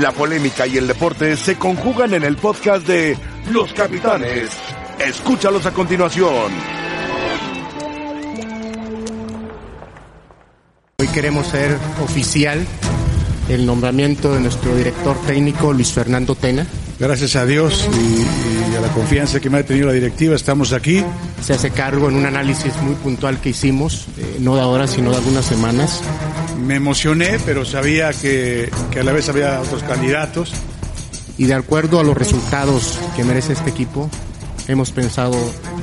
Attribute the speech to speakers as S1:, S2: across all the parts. S1: La polémica y el deporte se conjugan en el podcast de Los Capitanes. Escúchalos a continuación.
S2: Hoy queremos ser oficial el nombramiento de nuestro director técnico Luis Fernando Tena.
S3: Gracias a Dios y, y, a la confianza que me ha tenido la directiva, estamos aquí.
S2: Se hace cargo en un análisis muy puntual que hicimos, eh, no de ahora, sino de algunas semanas.
S3: Me emocioné, pero sabía que, que a la vez había otros candidatos.
S2: Y de acuerdo a los resultados que merece este equipo, hemos pensado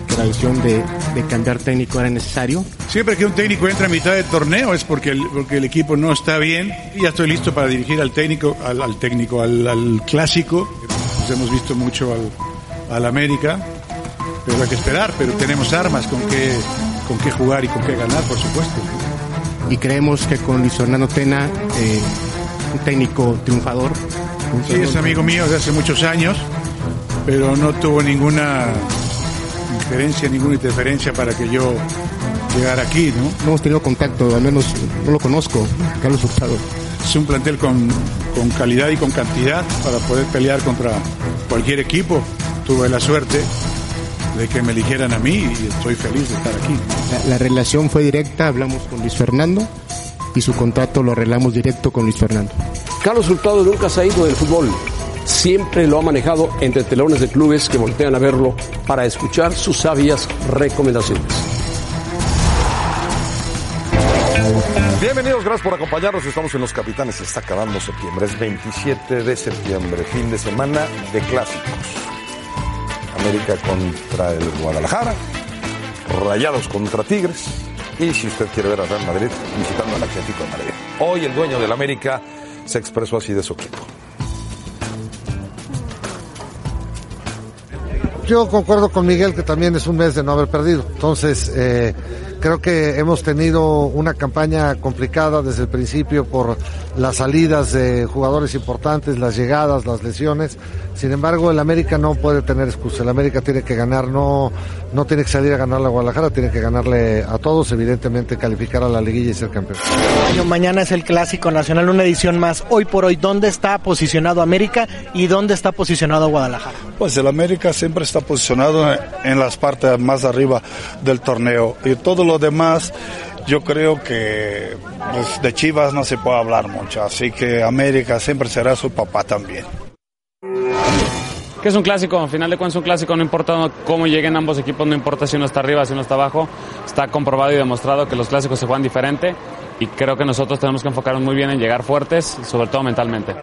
S2: que la decisión de, de, cambiar técnico era necesario.
S3: Siempre que un técnico entra a mitad de torneo es porque el, porque el equipo no está bien. Y ya estoy listo para dirigir al técnico, al, al técnico, al, al clásico. Pues hemos visto mucho al, al, América, pero hay que esperar. Pero tenemos armas con qué, con qué jugar y con qué ganar, por supuesto.
S2: Y creemos que con Luis Fernando Tena, eh, un técnico triunfador. Un
S3: sí, es amigo mío desde hace muchos años pero no tuvo ninguna injerencia, ninguna interferencia para que yo llegara aquí, ¿no?
S2: No hemos tenido contacto, al menos no lo conozco, Carlos Hurtado.
S3: Es un plantel con, con, calidad y con cantidad para poder pelear contra cualquier equipo. Tuve la suerte de que me eligieran a mí y estoy feliz de estar aquí.
S2: La, la relación fue directa, hablamos con Luis Fernando y su contrato lo arreglamos directo con Luis Fernando.
S4: Carlos Hurtado nunca se ha ido del fútbol siempre lo ha manejado entre telones de clubes que voltean a verlo para escuchar sus sabias recomendaciones.
S1: Bienvenidos, gracias por acompañarnos. Estamos en Los Capitanes. Está acabando septiembre. Es 27 de septiembre, fin de semana de clásicos. América contra el Guadalajara, Rayados contra Tigres. Y si usted quiere ver a Real Madrid, visitando al Atlético de Madrid. Hoy el dueño del América se expresó así de su equipo.
S5: yo concuerdo con Miguel que también es un mes de no haber perdido. Entonces, eh, creo que hemos tenido una campaña complicada desde el principio por las salidas de jugadores importantes, las llegadas, las lesiones. Sin embargo, el América no puede tener excusa. El América tiene que ganar, no, no tiene que salir a ganarle a Guadalajara, tiene que ganarle a todos, evidentemente calificar a la liguilla y ser campeón.
S6: Mañana es el Clásico Nacional, una edición más. Hoy por hoy, ¿dónde está posicionado América y dónde está posicionado Guadalajara?
S7: Pues el América siempre está posicionado en las partes más arriba del torneo y todo lo demás yo creo que pues, de Chivas no se puede hablar mucho, así que América siempre será su papá también.
S8: Que es un clásico, al final de cuentas un clásico, no importa cómo lleguen ambos equipos, no importa si uno está arriba, si uno está abajo, está comprobado y demostrado que los clásicos se juegan diferente y creo que nosotros tenemos que enfocarnos muy bien en llegar fuertes, sobre todo mentalmente.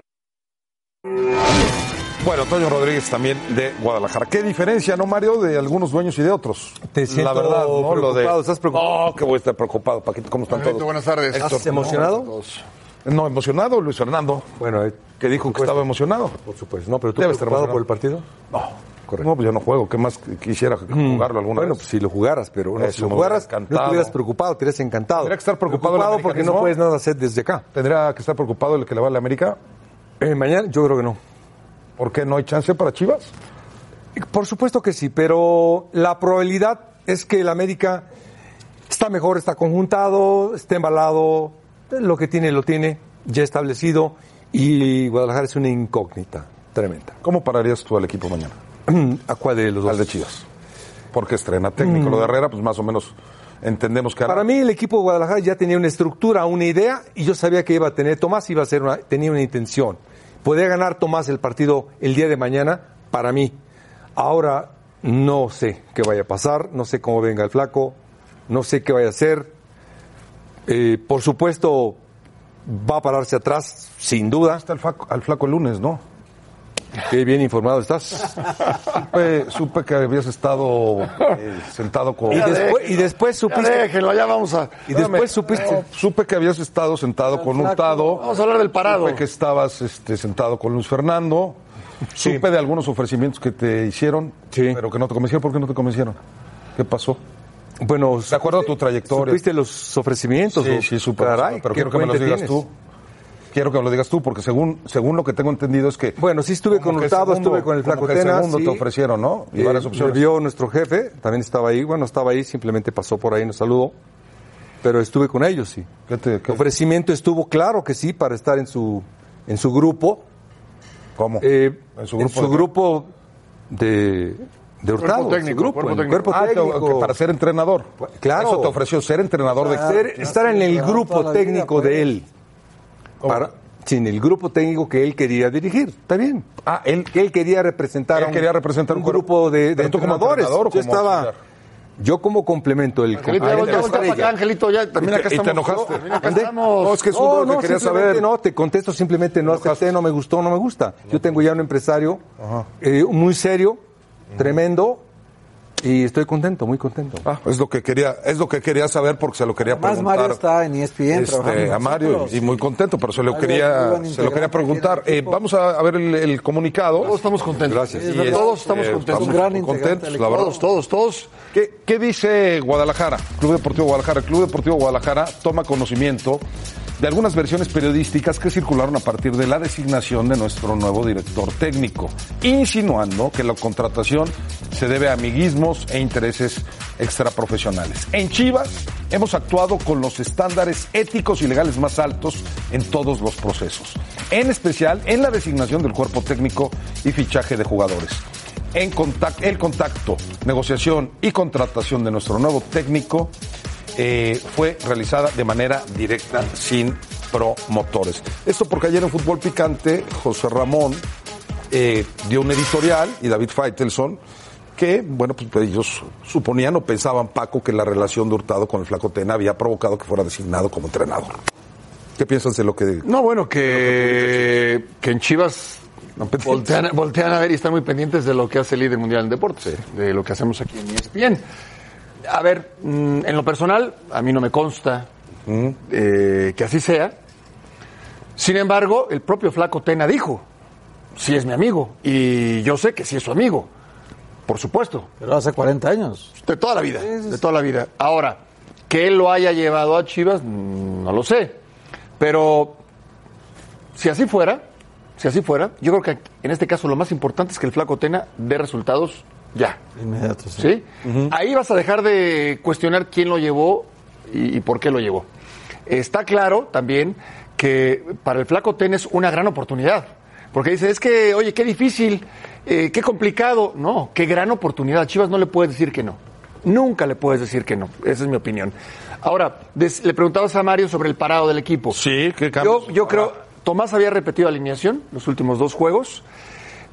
S1: Bueno, Toño Rodríguez también de Guadalajara. ¿Qué diferencia, no, Mario, de algunos dueños y de otros?
S9: Te siento La verdad, ¿no? preocupado.
S1: De...
S9: ¿Estás preocupado?
S1: Oh, que voy a estar preocupado, Paquito. ¿Cómo están
S9: Perfecto,
S1: todos?
S9: buenas tardes.
S1: Héctor,
S9: ¿Estás emocionado?
S1: No, no, emocionado, Luis Fernando.
S9: Bueno, eh,
S1: que dijo que estaba emocionado.
S9: Por supuesto. No, pero tú
S1: Debe
S9: Debes
S1: estar
S9: preocupado
S1: emocionado.
S9: por el partido.
S1: No, correcto. No, pues yo no juego. ¿Qué más quisiera jugarlo alguna
S9: Bueno,
S1: vez?
S9: pues si lo jugaras, pero no,
S1: Eso
S9: si lo
S1: me
S9: jugaras, no
S1: hubiera encantado.
S9: te hubieras preocupado, te hubieras encantado.
S1: Tendría que estar preocupado el
S9: porque no
S1: americanismo.
S9: puedes nada hacer desde acá.
S1: ¿Tendrá que estar preocupado el que le va a la América?
S9: Eh, mañana yo creo que no.
S1: ¿Por qué no hay chance para Chivas?
S9: Por supuesto que sí, pero la probabilidad es que el América está mejor, está conjuntado, está embalado, lo que tiene lo tiene, ya establecido, y Guadalajara es una incógnita tremenda.
S1: ¿Cómo pararías tú al equipo mañana?
S9: ¿A cuál de los dos? Mm.
S1: Al de Chivas. Porque estrena técnico. Lo de Herrera, pues más o menos entendemos que...
S9: Para mí el equipo de Guadalajara ya tenía una estructura, una idea, y yo sabía que iba a tener, Tomás iba a ser una, tenía una intención. Podía ganar Tomás el partido el día de mañana, para mí. Ahora no sé qué vaya a pasar, no sé cómo venga el flaco, no sé qué vaya a hacer. Eh, por supuesto, va a pararse atrás, sin duda.
S1: Está al flaco, al flaco el lunes, ¿no?
S9: Qué bien informado estás.
S1: Supe, supe que habías estado eh, sentado con...
S9: Y después, y después supiste.
S10: Déjenlo, ya vamos a.
S9: Y después supiste.
S1: Eh, Supe que habías estado sentado con Hurtado.
S10: Vamos a hablar del parado.
S1: Supe que estabas este, sentado con Luis Fernando. Supe de algunos ofrecimientos que te hicieron,
S9: Sí.
S1: pero que no te convencieron. ¿Por qué no te convencieron? ¿Qué pasó?
S9: Bueno,
S1: De acuerdo a tu trayectoria.
S9: supiste los ofrecimientos.
S1: Sí,
S9: o-
S1: sí, supe,
S9: Caray,
S1: supe,
S9: qué
S1: pero quiero que me lo
S9: fuente
S1: digas
S9: tienes.
S1: tú. Quiero que me lo digas tú, porque según, según lo que tengo entendido es que...
S9: Bueno, sí estuve
S1: como
S9: con
S1: que
S9: Hurtado,
S1: segundo-
S9: estuve con el
S1: como
S9: Flaco
S1: que el
S9: Tena,
S1: segundo
S9: sí.
S1: te ofrecieron, ¿no? Y
S9: Eh,
S1: varias opciones.
S9: me vio nuestro jefe, también estaba ahí. Bueno, estaba ahí, simplemente pasó por ahí, nos saludó. Pero estuve con ellos, sí.
S1: ¿Qué te- qué-
S9: El ofrecimiento estuvo claro que sí para estar en su, en su grupo.
S1: ¿Cómo?
S9: Eh, en
S1: su
S9: su
S1: grupo
S9: grupo,
S1: de-
S9: de, de Hurtado.
S1: Cuerpo técnico,
S9: su grupo,
S1: cuerpo
S9: en el
S1: técnico.
S9: cuerpo
S1: Ah,
S9: técnico. Pues,
S1: que- que para ser entrenador.
S9: Claro.
S1: Eso te ofreció ser entrenador de
S9: Ser- estar en el grupo técnico de él. Para, sin el grupo técnico que él quería dirigir. Está bien. Ah, él, él quería representar
S1: Él
S9: a un,
S1: quería representar
S9: un
S1: un cuerpo.
S9: grupo de, de
S1: Pero tú como
S9: entrenadores.
S1: entrenador o
S9: yo
S1: como
S9: estaba.
S1: auxiliar.
S9: Yo como complemento el
S1: Angelito, ya voltea, voltea para acá,
S10: Angelito, ya
S1: También acá estamos- no, también acá estamos.
S9: No, es que es un
S1: No,
S9: no,
S1: no,
S9: que quería
S1: simplemente
S9: saber. No, te contesto simplemente no acepté, no me gustó, no me gusta. Yo tengo ya un empresario eh, muy serio, tremendo y estoy contento, muy contento.
S1: Ah, es lo que quería, es lo que quería saber porque se lo quería
S11: Además,
S1: preguntar.
S11: Mario está en E ESPN
S1: este,
S11: trabajando con
S1: a Mario
S11: nosotros.
S1: y muy contento, pero se lo
S11: Ahí
S1: quería,
S11: van- ahí van
S1: se lo quería
S11: integrando
S1: preguntar. Eh, vamos a, a ver el, el comunicado. Todos estamos contentos. Gracias.
S10: Es
S1: Y,
S10: verdad,
S1: este,
S10: todos estamos contentos.
S1: estamos
S10: Un gran
S1: muy
S10: integrante
S1: contentos,
S10: del
S1: la
S10: equipo.
S1: verdad.
S10: Todos, todos.
S1: ¿Qué, qué dice Guadalajara? Club Deportivo Guadalajara. El Club Deportivo Guadalajara toma conocimiento de algunas versiones periodísticas que circularon a partir de la designación de nuestro nuevo director técnico, insinuando que la contratación se debe a amiguismos e intereses extraprofesionales. En Chivas hemos actuado con los estándares éticos y legales más altos en todos los procesos, en especial en la designación del cuerpo técnico y fichaje de jugadores en contact- el contacto, negociación y contratación de nuestro nuevo técnico eh, fue realizada de manera directa, sin promotores. Esto porque ayer en Fútbol Picante, José Ramón eh, dio un editorial y David Feitelson que, bueno, pues ellos suponían o pensaban, Paco, que la relación de Hurtado con el Flaco Tena había provocado que fuera designado como entrenador. ¿Qué piensas de lo que
S10: No, bueno, que, que en Chivas voltean, voltean a ver y están muy pendientes de lo que hace el líder mundial en deportes, de lo que hacemos aquí en ESPN. A ver, mm, en lo personal, a mí no me consta eh, que así sea. Sin embargo, el propio Flaco Tena dijo, sí es mi amigo, y yo sé que sí es su amigo, por supuesto.
S11: Pero hace 40 años.
S10: De toda la vida, de toda la vida. Ahora, que él lo haya llevado a Chivas, mm, no lo sé. Pero si así fuera, si así fuera, yo creo que en este caso lo más importante es que el flaco Tena dé resultados ya.
S11: Inmediato, sí.
S10: ¿sí? Ahí vas a dejar de cuestionar quién lo llevó y, y por qué lo llevó. Está claro también que para el flaco Ten es una gran oportunidad, porque dice, es que, oye, qué difícil, eh, qué complicado. No, qué gran oportunidad. Chivas no le puedes decir que no. Nunca le puedes decir que no. Esa es mi opinión. Ahora, des- le preguntabas a Mario sobre el parado del equipo.
S1: Sí, qué
S10: Yo, yo creo, Tomás había repetido alineación los últimos dos juegos.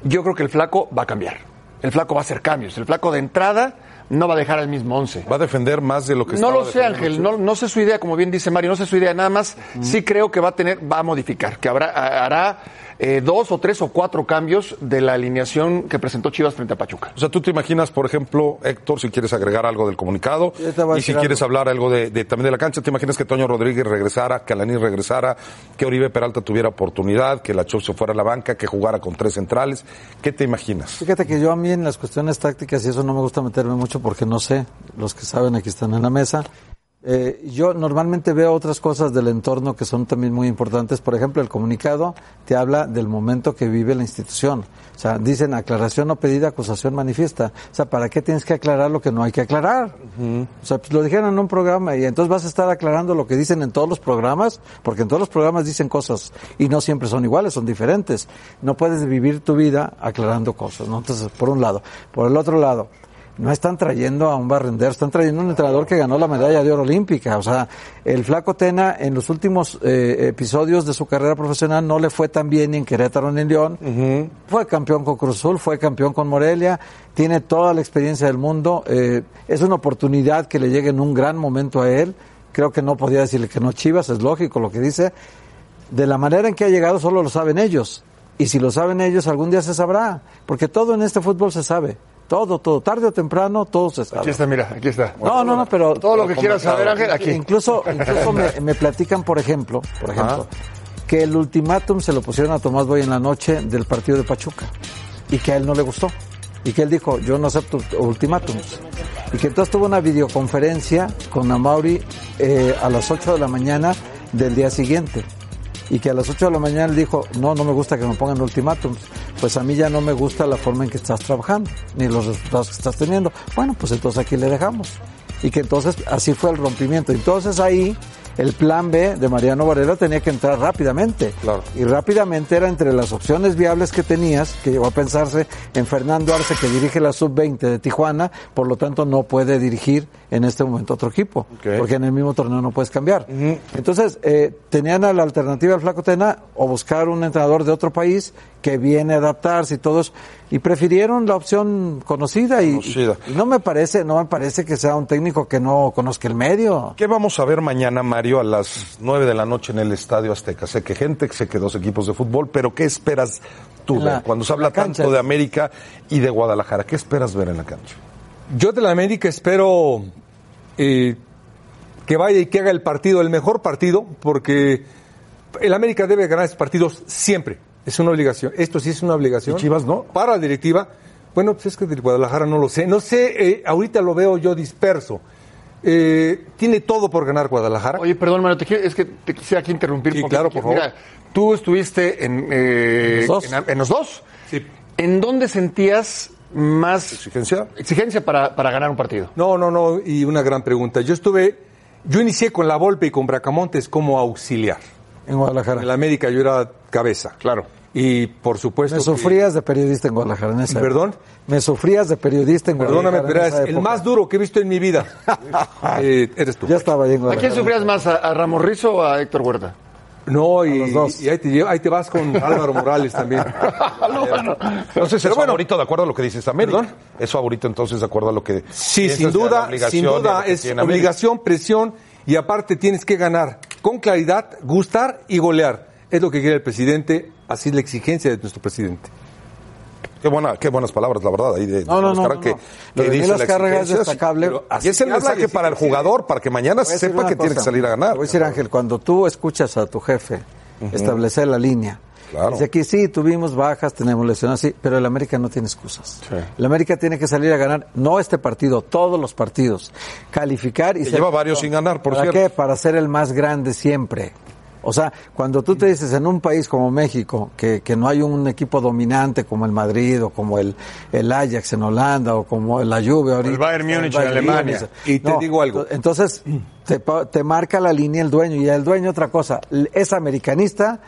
S10: Yo creo que el flaco va a cambiar. El flaco va a hacer cambios. El flaco de entrada no va a dejar al mismo once.
S1: va a defender más de lo que
S10: No
S1: estaba
S10: lo sé,
S1: defendiendo
S10: Ángel. No, no sé su idea, como bien dice Mario, no sé su idea. Nada más sí creo que va a tener, va a modificar, que habrá, ha- hará eh, dos o tres o cuatro cambios de la alineación que presentó Chivas frente a Pachuca.
S1: O sea, tú te imaginas, por ejemplo, Héctor, si quieres agregar algo del comunicado
S11: Yo te voy a
S1: y si
S11: decir
S1: quieres
S11: algo.
S1: hablar algo de, de- también de la cancha, te imaginas que Toño Rodríguez regresara, que Alanis regresara, que Oribe Peralta tuviera oportunidad, que la Chop se fuera a la banca, que jugara con tres centrales. ¿Qué te imaginas?
S11: Fíjate que yo a mí en las cuestiones tácticas y eso no me gusta meterme mucho porque no sé, los que saben aquí están en la mesa. Eh, yo normalmente veo otras cosas del entorno que son también muy importantes. Por ejemplo, el comunicado te habla del momento que vive la institución. O sea, dicen aclaración no pedida, acusación manifiesta. O sea, ¿para qué tienes que aclarar lo que no hay que aclarar? O sea, pues lo dijeron en un programa y entonces vas a estar aclarando lo que dicen en todos los programas, porque en todos los programas dicen cosas y no siempre son iguales, son diferentes. No puedes vivir tu vida aclarando cosas, ¿no? Entonces, por un lado. Por el otro lado, no están trayendo a un barrendero, están trayendo a un entrenador que ganó la medalla de oro olímpica. O sea, el flaco Tena en los últimos eh, episodios de su carrera profesional no le fue tan bien ni en Querétaro ni en León. Fue campeón con Cruz Azul, fue campeón con Morelia, tiene toda la experiencia del mundo. eh, es una oportunidad que le llegue en un gran momento a él. Creo que no podía decirle que no a Chivas, es lógico lo que dice. De la manera en que ha llegado solo lo saben ellos. Y si lo saben ellos, algún día se sabrá. Porque todo en este fútbol se sabe. Todo, todo. Tarde o temprano, todo se sabe.
S10: Aquí está, mira, aquí está.
S11: No, no, no, pero...
S10: Todo lo que quieras saber, Ángel, aquí.
S11: Incluso, incluso me, me platican, por ejemplo, por ejemplo, que el ultimátum se lo pusieron a Tomás Boy en la noche del partido de Pachuca y que a él no le gustó. Y que él dijo, yo no acepto ultimátums. Y que entonces tuvo una videoconferencia con Amauri eh, a las 8 de la mañana del día siguiente. Y que a las 8 de la mañana él dijo, no, no me gusta que me pongan ultimátums. Pues a mí ya no me gusta la forma en que estás trabajando, ni los resultados que estás teniendo. Bueno, pues entonces aquí le dejamos. Y que entonces así fue el rompimiento. Entonces ahí el plan B de Mariano Varela tenía que entrar rápidamente. Y rápidamente era entre las opciones viables que tenías, que llegó a pensarse en Fernando Arce, que dirige la sub-20 de Tijuana, por lo tanto no puede dirigir en este momento otro equipo, porque en el mismo torneo no puedes cambiar. Entonces, eh, tenían a la alternativa al Flaco Tena o buscar un entrenador de otro país que viene a adaptarse y todos, y prefirieron la opción conocida y, y no me parece, no me parece que sea un técnico que no conozca el medio.
S1: ¿Qué vamos a ver mañana, Mario, a las 9 de la noche en el Estadio Azteca? Sé que gente, sé que dos equipos de fútbol, pero ¿qué esperas tú
S9: En la-
S1: ver? cuando se habla tanto de América y de Guadalajara? ¿Qué esperas ver en la cancha?
S9: Yo de la América espero eh, que vaya y que haga el partido, el mejor partido, porque el América debe ganar sus partidos siempre. Es una obligación. Esto sí es una obligación.
S1: ¿Y Chivas
S9: no? Para la directiva. Bueno, pues es que del Guadalajara no lo sé. No sé, eh, ahorita lo veo yo disperso. Eh, tiene todo por ganar Guadalajara.
S10: Oye, perdón, Mario, te quiero- es que te quisiera aquí interrumpir.
S9: Sí,
S10: porque-
S9: claro, por favor.
S10: Mira, tú estuviste en, eh,
S9: En los dos.
S10: en- en los dos. ¿En dónde sentías más
S1: exigencia,
S10: exigencia para, para ganar un partido?
S9: No, no, no, y una gran pregunta. Yo estuve, yo inicié con la Volpe y con Bracamontes como auxiliar.
S11: En Guadalajara.
S9: En la América yo era cabeza. Claro. Y por supuesto.
S11: Me
S9: que-
S11: sufrías de periodista en Guadalajara en esa época.
S9: ¿Perdón?
S11: Me sufrías de periodista en Guadalajara.
S9: Perdóname, pero
S11: en esa
S9: eres el
S11: época.
S9: más duro que he visto en mi vida. Eh, eres tú. Ya
S11: estaba ahí en
S10: ¿A quién sufrías más, a, a Ramos Rizzo o a Héctor Huerta?
S9: No, y, y ahí, te, lle- ahí te vas con Álvaro Morales también.
S1: Entonces, es favorito de acuerdo a lo que dices América. Es favorito entonces de acuerdo a lo que...
S9: Sí, sin duda, sin duda es obligación, presión y aparte tienes que ganar con claridad, gustar y golear. Es lo que quiere el presidente, así es la exigencia de nuestro presidente.
S1: Qué, buena, qué buenas palabras, la verdad, ahí de
S9: No, no, no,
S1: Oscar,
S9: no,
S1: que,
S9: no.
S1: que
S9: Lo de
S1: dice
S9: Milas
S1: la
S11: Cárraga es
S1: exigencia,
S11: destacable.
S1: pero
S11: Así
S1: Y es el
S11: habla y
S1: mensaje
S11: así
S1: para el
S11: consigue.
S1: jugador, para que
S11: Te
S1: mañana
S11: voy a decir
S1: sepa
S11: una
S1: que tiene que
S11: cosa.
S1: salir a ganar.
S11: Te voy a decir, Ángel, cuando tú escuchas a tu jefe establecer la línea, dice aquí sí, tuvimos bajas, tenemos lesiones, sí, pero el América no tiene excusas. El América tiene que salir a ganar, no este partido, todos los partidos. Calificar y
S1: Que lleva varios sin ganar, por
S11: ¿Para
S1: cierto.
S11: qué? Para ser el más grande siempre. O sea, cuando tú te dices en un país como México que, que no hay un equipo dominante como el Madrid o como el, el Ajax en Holanda o como la Juve ahorita.
S7: el Bayern Múnich en
S11: Bayern
S7: Alemania.
S11: Múnich.
S7: Y te digo algo.
S11: Entonces, te, pa- te marca la línea el dueño y el dueño otra cosa, l- es americanista,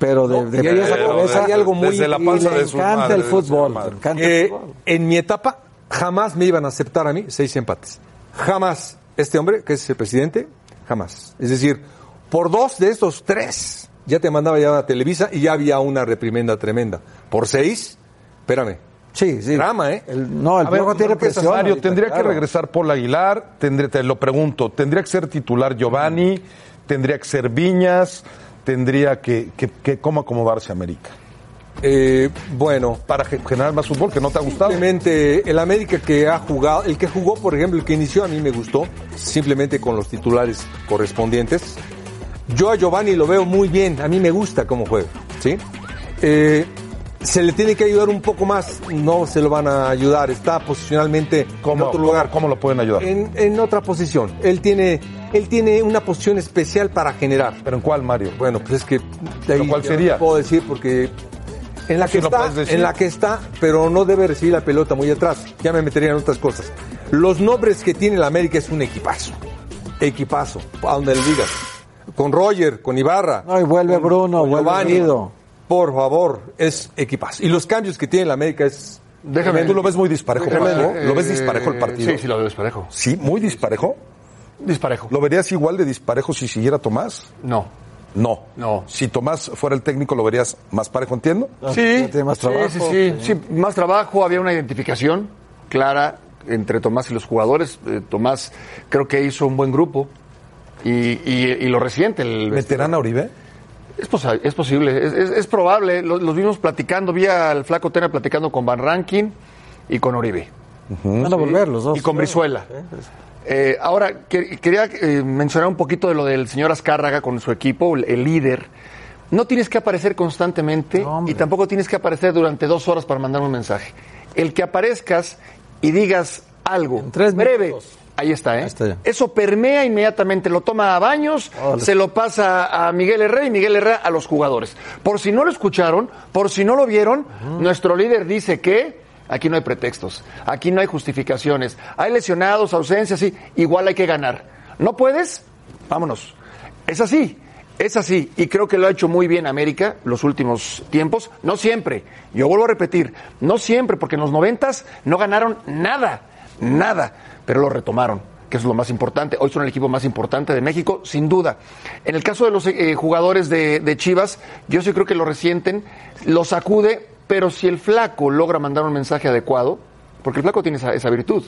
S11: pero de, de
S9: y hay, esa cabeza, hay algo muy
S11: y le encanta el fútbol. le encanta el
S9: Eh,
S11: fútbol.
S9: en mi etapa jamás me iban a aceptar a mí seis empates. Jamás. Este hombre, que es el presidente, jamás. Es decir, por dos de estos tres ya te mandaba ya a Televisa y ya había una reprimenda tremenda. Por seis, espérame.
S11: Sí, sí.
S9: Drama, ¿eh?
S11: no,
S1: A ver, creo que es necesario. tendría que regresar Paul Aguilar, tendría, te lo pregunto, tendría que ser titular Giovanni, tendría que ser Viñas, tendría que, que, que- cómo acomodarse América.
S9: Eh, bueno,
S1: para ge- generar más fútbol que no te ha gustado.
S9: Simplemente el América que ha jugado, el que jugó, por ejemplo, el que inició a mí me gustó, simplemente con los titulares correspondientes. Yo a Giovanni lo veo muy bien, a mí me gusta cómo juega, ¿sí? Eh, se le tiene que ayudar un poco más, no se lo van a ayudar, está posicionalmente en otro lugar.
S1: ¿Cómo lo pueden ayudar?
S9: En, en otra posición, él tiene, él tiene una posición especial para generar.
S1: ¿Pero en cuál, Mario?
S9: Bueno, pues es que... de
S1: ¿Pero
S9: ahí
S1: cuál
S9: yo no
S1: sería?
S9: Puedo decir porque en la,
S1: Sí
S9: que
S1: lo
S9: está,
S1: puedes decir.
S9: en la que está, pero no debe recibir la pelota muy atrás. Ya me metería en otras cosas. Los nombres que tiene el América es un equipazo. Equipazo, a donde le digas. Con Roger, con Ibarra.
S11: No, y vuelve Bruno, vuelve Guido.
S9: Por favor, es equipazo. Y los cambios que tiene el América es...
S10: Déjame-
S1: Tú lo ves muy disparejo,
S10: Déjame,
S1: Paco, ¿Lo ves
S10: eh,
S1: disparejo el partido?
S10: sí, sí, lo veo disparejo.
S1: ¿Sí? ¿Muy disparejo?
S10: Disparejo.
S1: ¿Lo verías igual de disparejo si siguiera Tomás?
S10: No.
S1: No.
S10: No.
S1: Si Tomás fuera el técnico, ¿lo verías más parejo, entiendo?
S10: Sí, sí,
S1: trabajo,
S10: Sí, sí, sí, más trabajo, había una identificación clara entre Tomás y los jugadores. Eh, Tomás creo que hizo un buen grupo y, y- y lo resiente. El
S1: ¿Meterán a Oribe?
S10: Es, posa- es posible, es, es- es probable. Lo- Los, vimos platicando, vi al Flaco Tena platicando con Van Rankin y con Oribe.
S11: Van a volver los dos.
S10: Y con Brizuela. Eh, ahora, que- quería eh, mencionar un poquito de lo del señor Azcárraga con su equipo, el, el líder. No tienes que aparecer constantemente y tampoco tienes que aparecer durante dos horas para mandar un mensaje. El que aparezcas y digas algo breve, ahí está, ¿eh? Eso permea inmediatamente, lo toma a Baños, se lo pasa a Miguel Herrera y Miguel Herrera a los jugadores. Por si no lo escucharon, por si no lo vieron, nuestro líder dice que Aquí no hay pretextos, aquí no hay justificaciones, hay lesionados, ausencias, sí, igual hay que ganar. ¿No puedes? Vámonos. Es así, es así. Y creo que lo ha hecho muy bien América los últimos tiempos. No siempre, yo vuelvo a repetir, no siempre, porque en los noventas no ganaron nada, nada, pero lo retomaron que eso es lo más importante. Hoy son el equipo más importante de México, sin duda. En el caso de los eh, jugadores de, de Chivas, yo sí creo que lo resienten, lo sacude, pero si el flaco logra mandar un mensaje adecuado, porque el flaco tiene esa, esa virtud,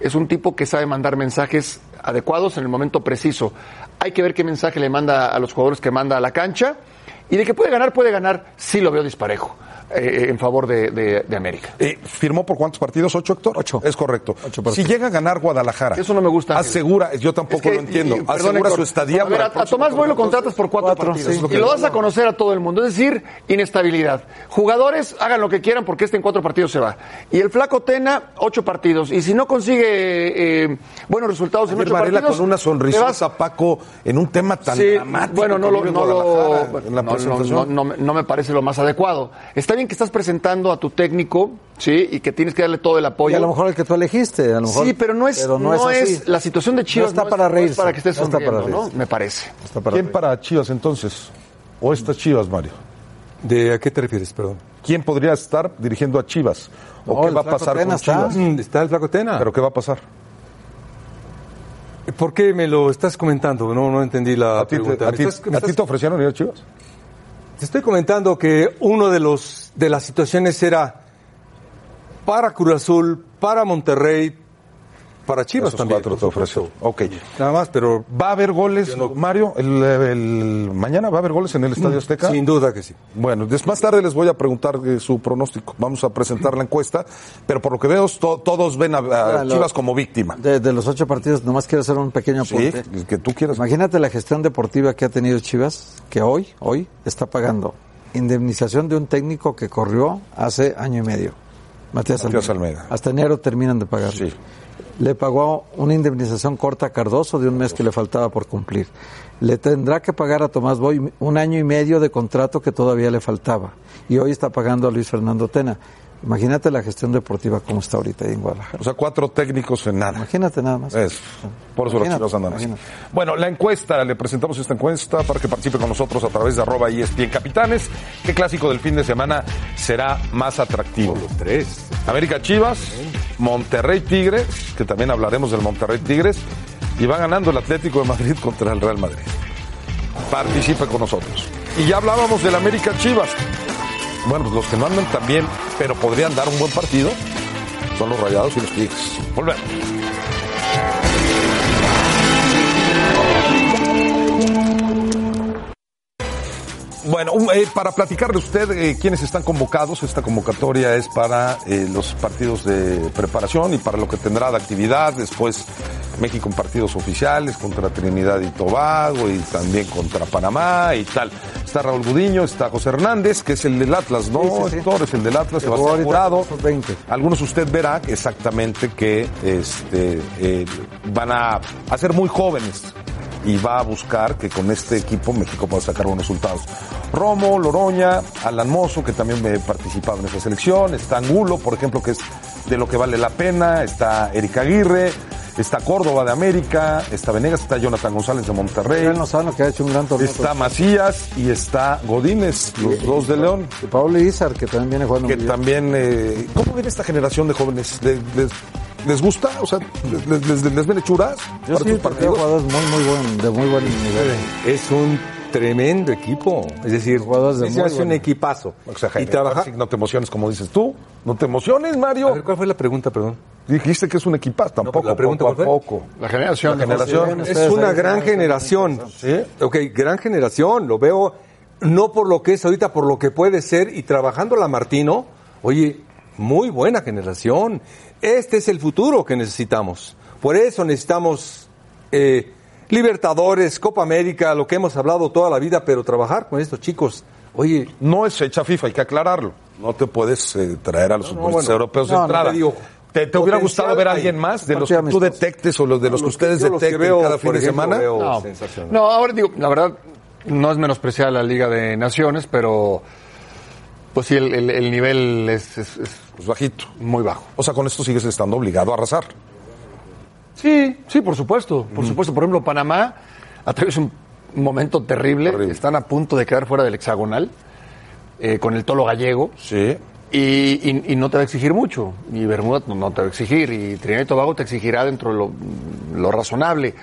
S10: es un tipo que sabe mandar mensajes adecuados en el momento preciso. Hay que ver qué mensaje le manda a los jugadores que manda a la cancha y de que puede ganar, puede ganar, sí lo veo disparejo eh, en favor de, de- de América.
S1: Eh, ¿Firmó por cuántos partidos? ¿Ocho, Héctor? Ocho. Es correcto. si llega a ganar Guadalajara. Eso
S10: no me gusta.
S1: Asegura, yo tampoco
S10: Es que-
S1: lo entiendo.
S10: y- y- perdón,
S1: asegura
S10: Héctor,
S1: su estadía.
S10: A, ver,
S1: para
S10: a-
S1: el
S10: a
S1: próximo
S10: Tomás Boy lo contratas por cuatro,
S1: Cuatro,
S10: partidos
S1: sí.
S10: y lo das a conocer a todo el mundo. Es decir, inestabilidad. Jugadores, hagan lo que quieran porque este en cuatro partidos se va. Y el flaco Tena, ocho partidos. Y si no consigue eh, buenos resultados en
S1: Ayer
S10: ocho
S1: Varela
S10: partidos,
S1: con una
S10: te
S1: sonrisa
S10: vas
S1: a Paco en un tema tan
S10: Sí,
S1: dramático.
S10: Bueno, no
S1: que
S10: lo,
S1: vive
S10: no,
S1: Guadalajara
S10: lo-
S1: en
S10: no,
S1: la
S10: no,
S1: presentación.
S10: no, no me- no me parece lo más adecuado. Está bien que estás presentando a tu técnico, sí, y que tienes que darle todo el
S11: Y
S10: apoyo.
S11: a lo mejor el que tú elegiste, a lo mejor.
S10: sí, pero no es, no
S11: así.
S10: es- la situación de Chivas
S11: No está
S10: no es-
S11: para
S10: no es
S11: reírse.
S10: para que estés
S11: no está para
S10: sonriendo,
S11: reírse.
S10: ¿no? Me parece.
S1: ¿Quién para Chivas entonces? ¿O estas Chivas, Mario?
S9: ¿De a qué te refieres, perdón?
S1: ¿Quién podría estar dirigiendo a Chivas? ¿O
S9: No,
S1: qué
S9: el
S1: va a
S9: Flaco
S1: pasar
S9: Tena
S1: con
S9: está.
S1: Chivas?
S9: Mm, Está el flaco Tena.
S1: ¿Pero qué va a pasar?
S9: ¿Por qué me lo estás comentando? No, no entendí la
S1: ¿A ti, te,
S9: pregunta.
S1: a
S9: ¿Me
S1: ti-
S9: estás- me
S1: a ti
S9: estás-
S1: te ofrecieron ir a Chivas?
S9: Te estoy comentando que uno de los de las situaciones era para Cruz Azul, para Monterrey, para Chivas
S1: Esos
S9: también.
S1: cuatro
S9: por
S1: te
S9: supuesto.
S1: ofrecieron. Ok.
S9: Nada más, pero
S1: ¿Va a haber goles, Mario? El, el- ¿Mañana va a haber goles en el Estadio Azteca?
S9: Sin duda que Mm, sí.
S1: Bueno, des- más tarde les voy a preguntar eh, su pronóstico. Vamos a presentar la encuesta, pero por lo que veo, to- todos ven a, a
S11: Ahora, lo-
S1: Chivas como víctima.
S11: De, de los ocho partidos, nomás quiero hacer un pequeño
S1: Sí,
S11: apunte.
S1: que tú quieras.
S11: Imagínate la gestión deportiva que ha tenido Chivas, que hoy, hoy, está pagando indemnización de un técnico que corrió hace año y medio. Matías,
S1: Matías
S11: Almeida. Hasta enero terminan de pagar. Le pagó una indemnización corta a Cardoso de un mes que le faltaba por cumplir. Le tendrá que pagar a Tomás Boy un año y medio de contrato que todavía le faltaba. Y hoy está pagando a Luis Fernando Tena. Imagínate la gestión deportiva como está ahorita ahí en Guadalajara.
S1: O sea, cuatro técnicos en nada.
S11: Imagínate nada más.
S1: Es, por eso los
S11: Imagínate,
S1: chivas andan así.
S11: imagínate.
S1: Bueno, la encuesta, le presentamos esta encuesta para que participe con nosotros a través de arroba E ESPN Capitanes. ¿Qué clásico del fin de semana será más atractivo? Los tres. América Chivas, Monterrey Tigres, que también hablaremos del Monterrey Tigres, y va ganando el Atlético de Madrid contra el Real Madrid. Participe con nosotros. Y ya hablábamos del América Chivas. Bueno, pues los que no andan también, pero podrían dar un buen partido, son los Rayados y los Tigres. Volvemos. Bueno, un- eh, para platicarle a usted eh, quiénes están convocados, esta convocatoria es para eh, los partidos de preparación y para lo que tendrá de actividad. Después México en partidos oficiales contra Trinidad y Tobago y también contra Panamá y tal. Está Raúl Gudiño, está José Hernández, que es el del Atlas, ¿no? Héctor? es el del Atlas,
S11: Que jugó
S1: Sebastián
S11: ahorita
S1: Jurado.
S11: con sub-20.
S1: Algunos usted verá exactamente que este, eh, van a, a ser muy jóvenes y va a buscar que con este equipo México pueda sacar buenos resultados. Romo, Loroña, Alan Mozo, que también eh, participaba en esa selección, está Angulo, por ejemplo, que es de lo que vale la pena, está Erika Aguirre, está Córdoba de América, está Venegas, está Jonathan González de Monterrey,
S11: Adrián Lozano, que ha hecho un gran torneo.
S1: está Macías y está Godínez, los dos de León.
S11: Y Pablo Izar, que también viene jugando
S1: que
S11: muy bien.
S1: también eh, cómo ven esta generación de jóvenes ¿Le- les, les gusta o sea les, les, les ven hechuras
S11: Yo sí,
S1: tus
S11: partido jugadores muy, muy buen, de muy buen nivel.
S12: Es un tremendo equipo. Es decir,
S11: jugadores de
S12: se
S11: muy
S12: hace
S11: buen-
S12: un equipazo.
S1: O sea, Jaime,
S12: y trabaja.
S1: ahora sí, no te emociones como dices tú no te emociones Mario
S12: ¿Cuál fue la pregunta, perdón? pues,
S1: dijiste que es un equipazo tampoco
S12: la pregunta,
S1: poco a
S12: ¿cuál
S1: poco
S10: La generación.
S1: La generación.
S12: Es una gran generación. Ok, gran generación. Lo veo no por lo que es ahorita, por lo que puede ser. Y trabajando la Martino, oye, muy buena generación. Este es el futuro que necesitamos. Por eso necesitamos eh, Libertadores, Copa América, lo que hemos hablado toda la vida, pero trabajar con estos chicos. Oye,
S1: no es fecha FIFA hay que aclararlo no te puedes eh, traer a
S12: No,
S1: los
S12: no,
S1: futbolistas
S12: bueno.
S1: europeos de
S12: No, no,
S1: entrada
S12: te digo,
S1: te, te hubiera
S12: potencial
S1: gustado ver a
S12: hay.
S1: alguien más de los que
S12: Partido
S1: tú detectes o los de los que
S12: Los que-
S1: ustedes
S12: yo los que
S1: detecten
S12: veo,
S1: cada fin
S12: por
S1: de
S12: ejemplo,
S1: semana
S12: veo-
S10: No.
S12: Sensacional.
S10: no, ahora digo, la verdad, no es menospreciar la Liga de Naciones, pero pues sí, el, el- el nivel es, es- es
S1: pues bajito
S10: muy bajo.
S1: o sea con esto sigues estando obligado a arrasar
S10: Sí, sí, por supuesto, por supuesto. Por ejemplo, Panamá, a través de un momento terrible. Están a punto de quedar fuera del hexagonal eh, con el tolo gallego.
S1: Sí.
S10: Y, y- y no te va a exigir mucho. Y Bermuda no, no te va a exigir. Y Trinidad y Tobago te exigirá dentro de lo, lo razonable.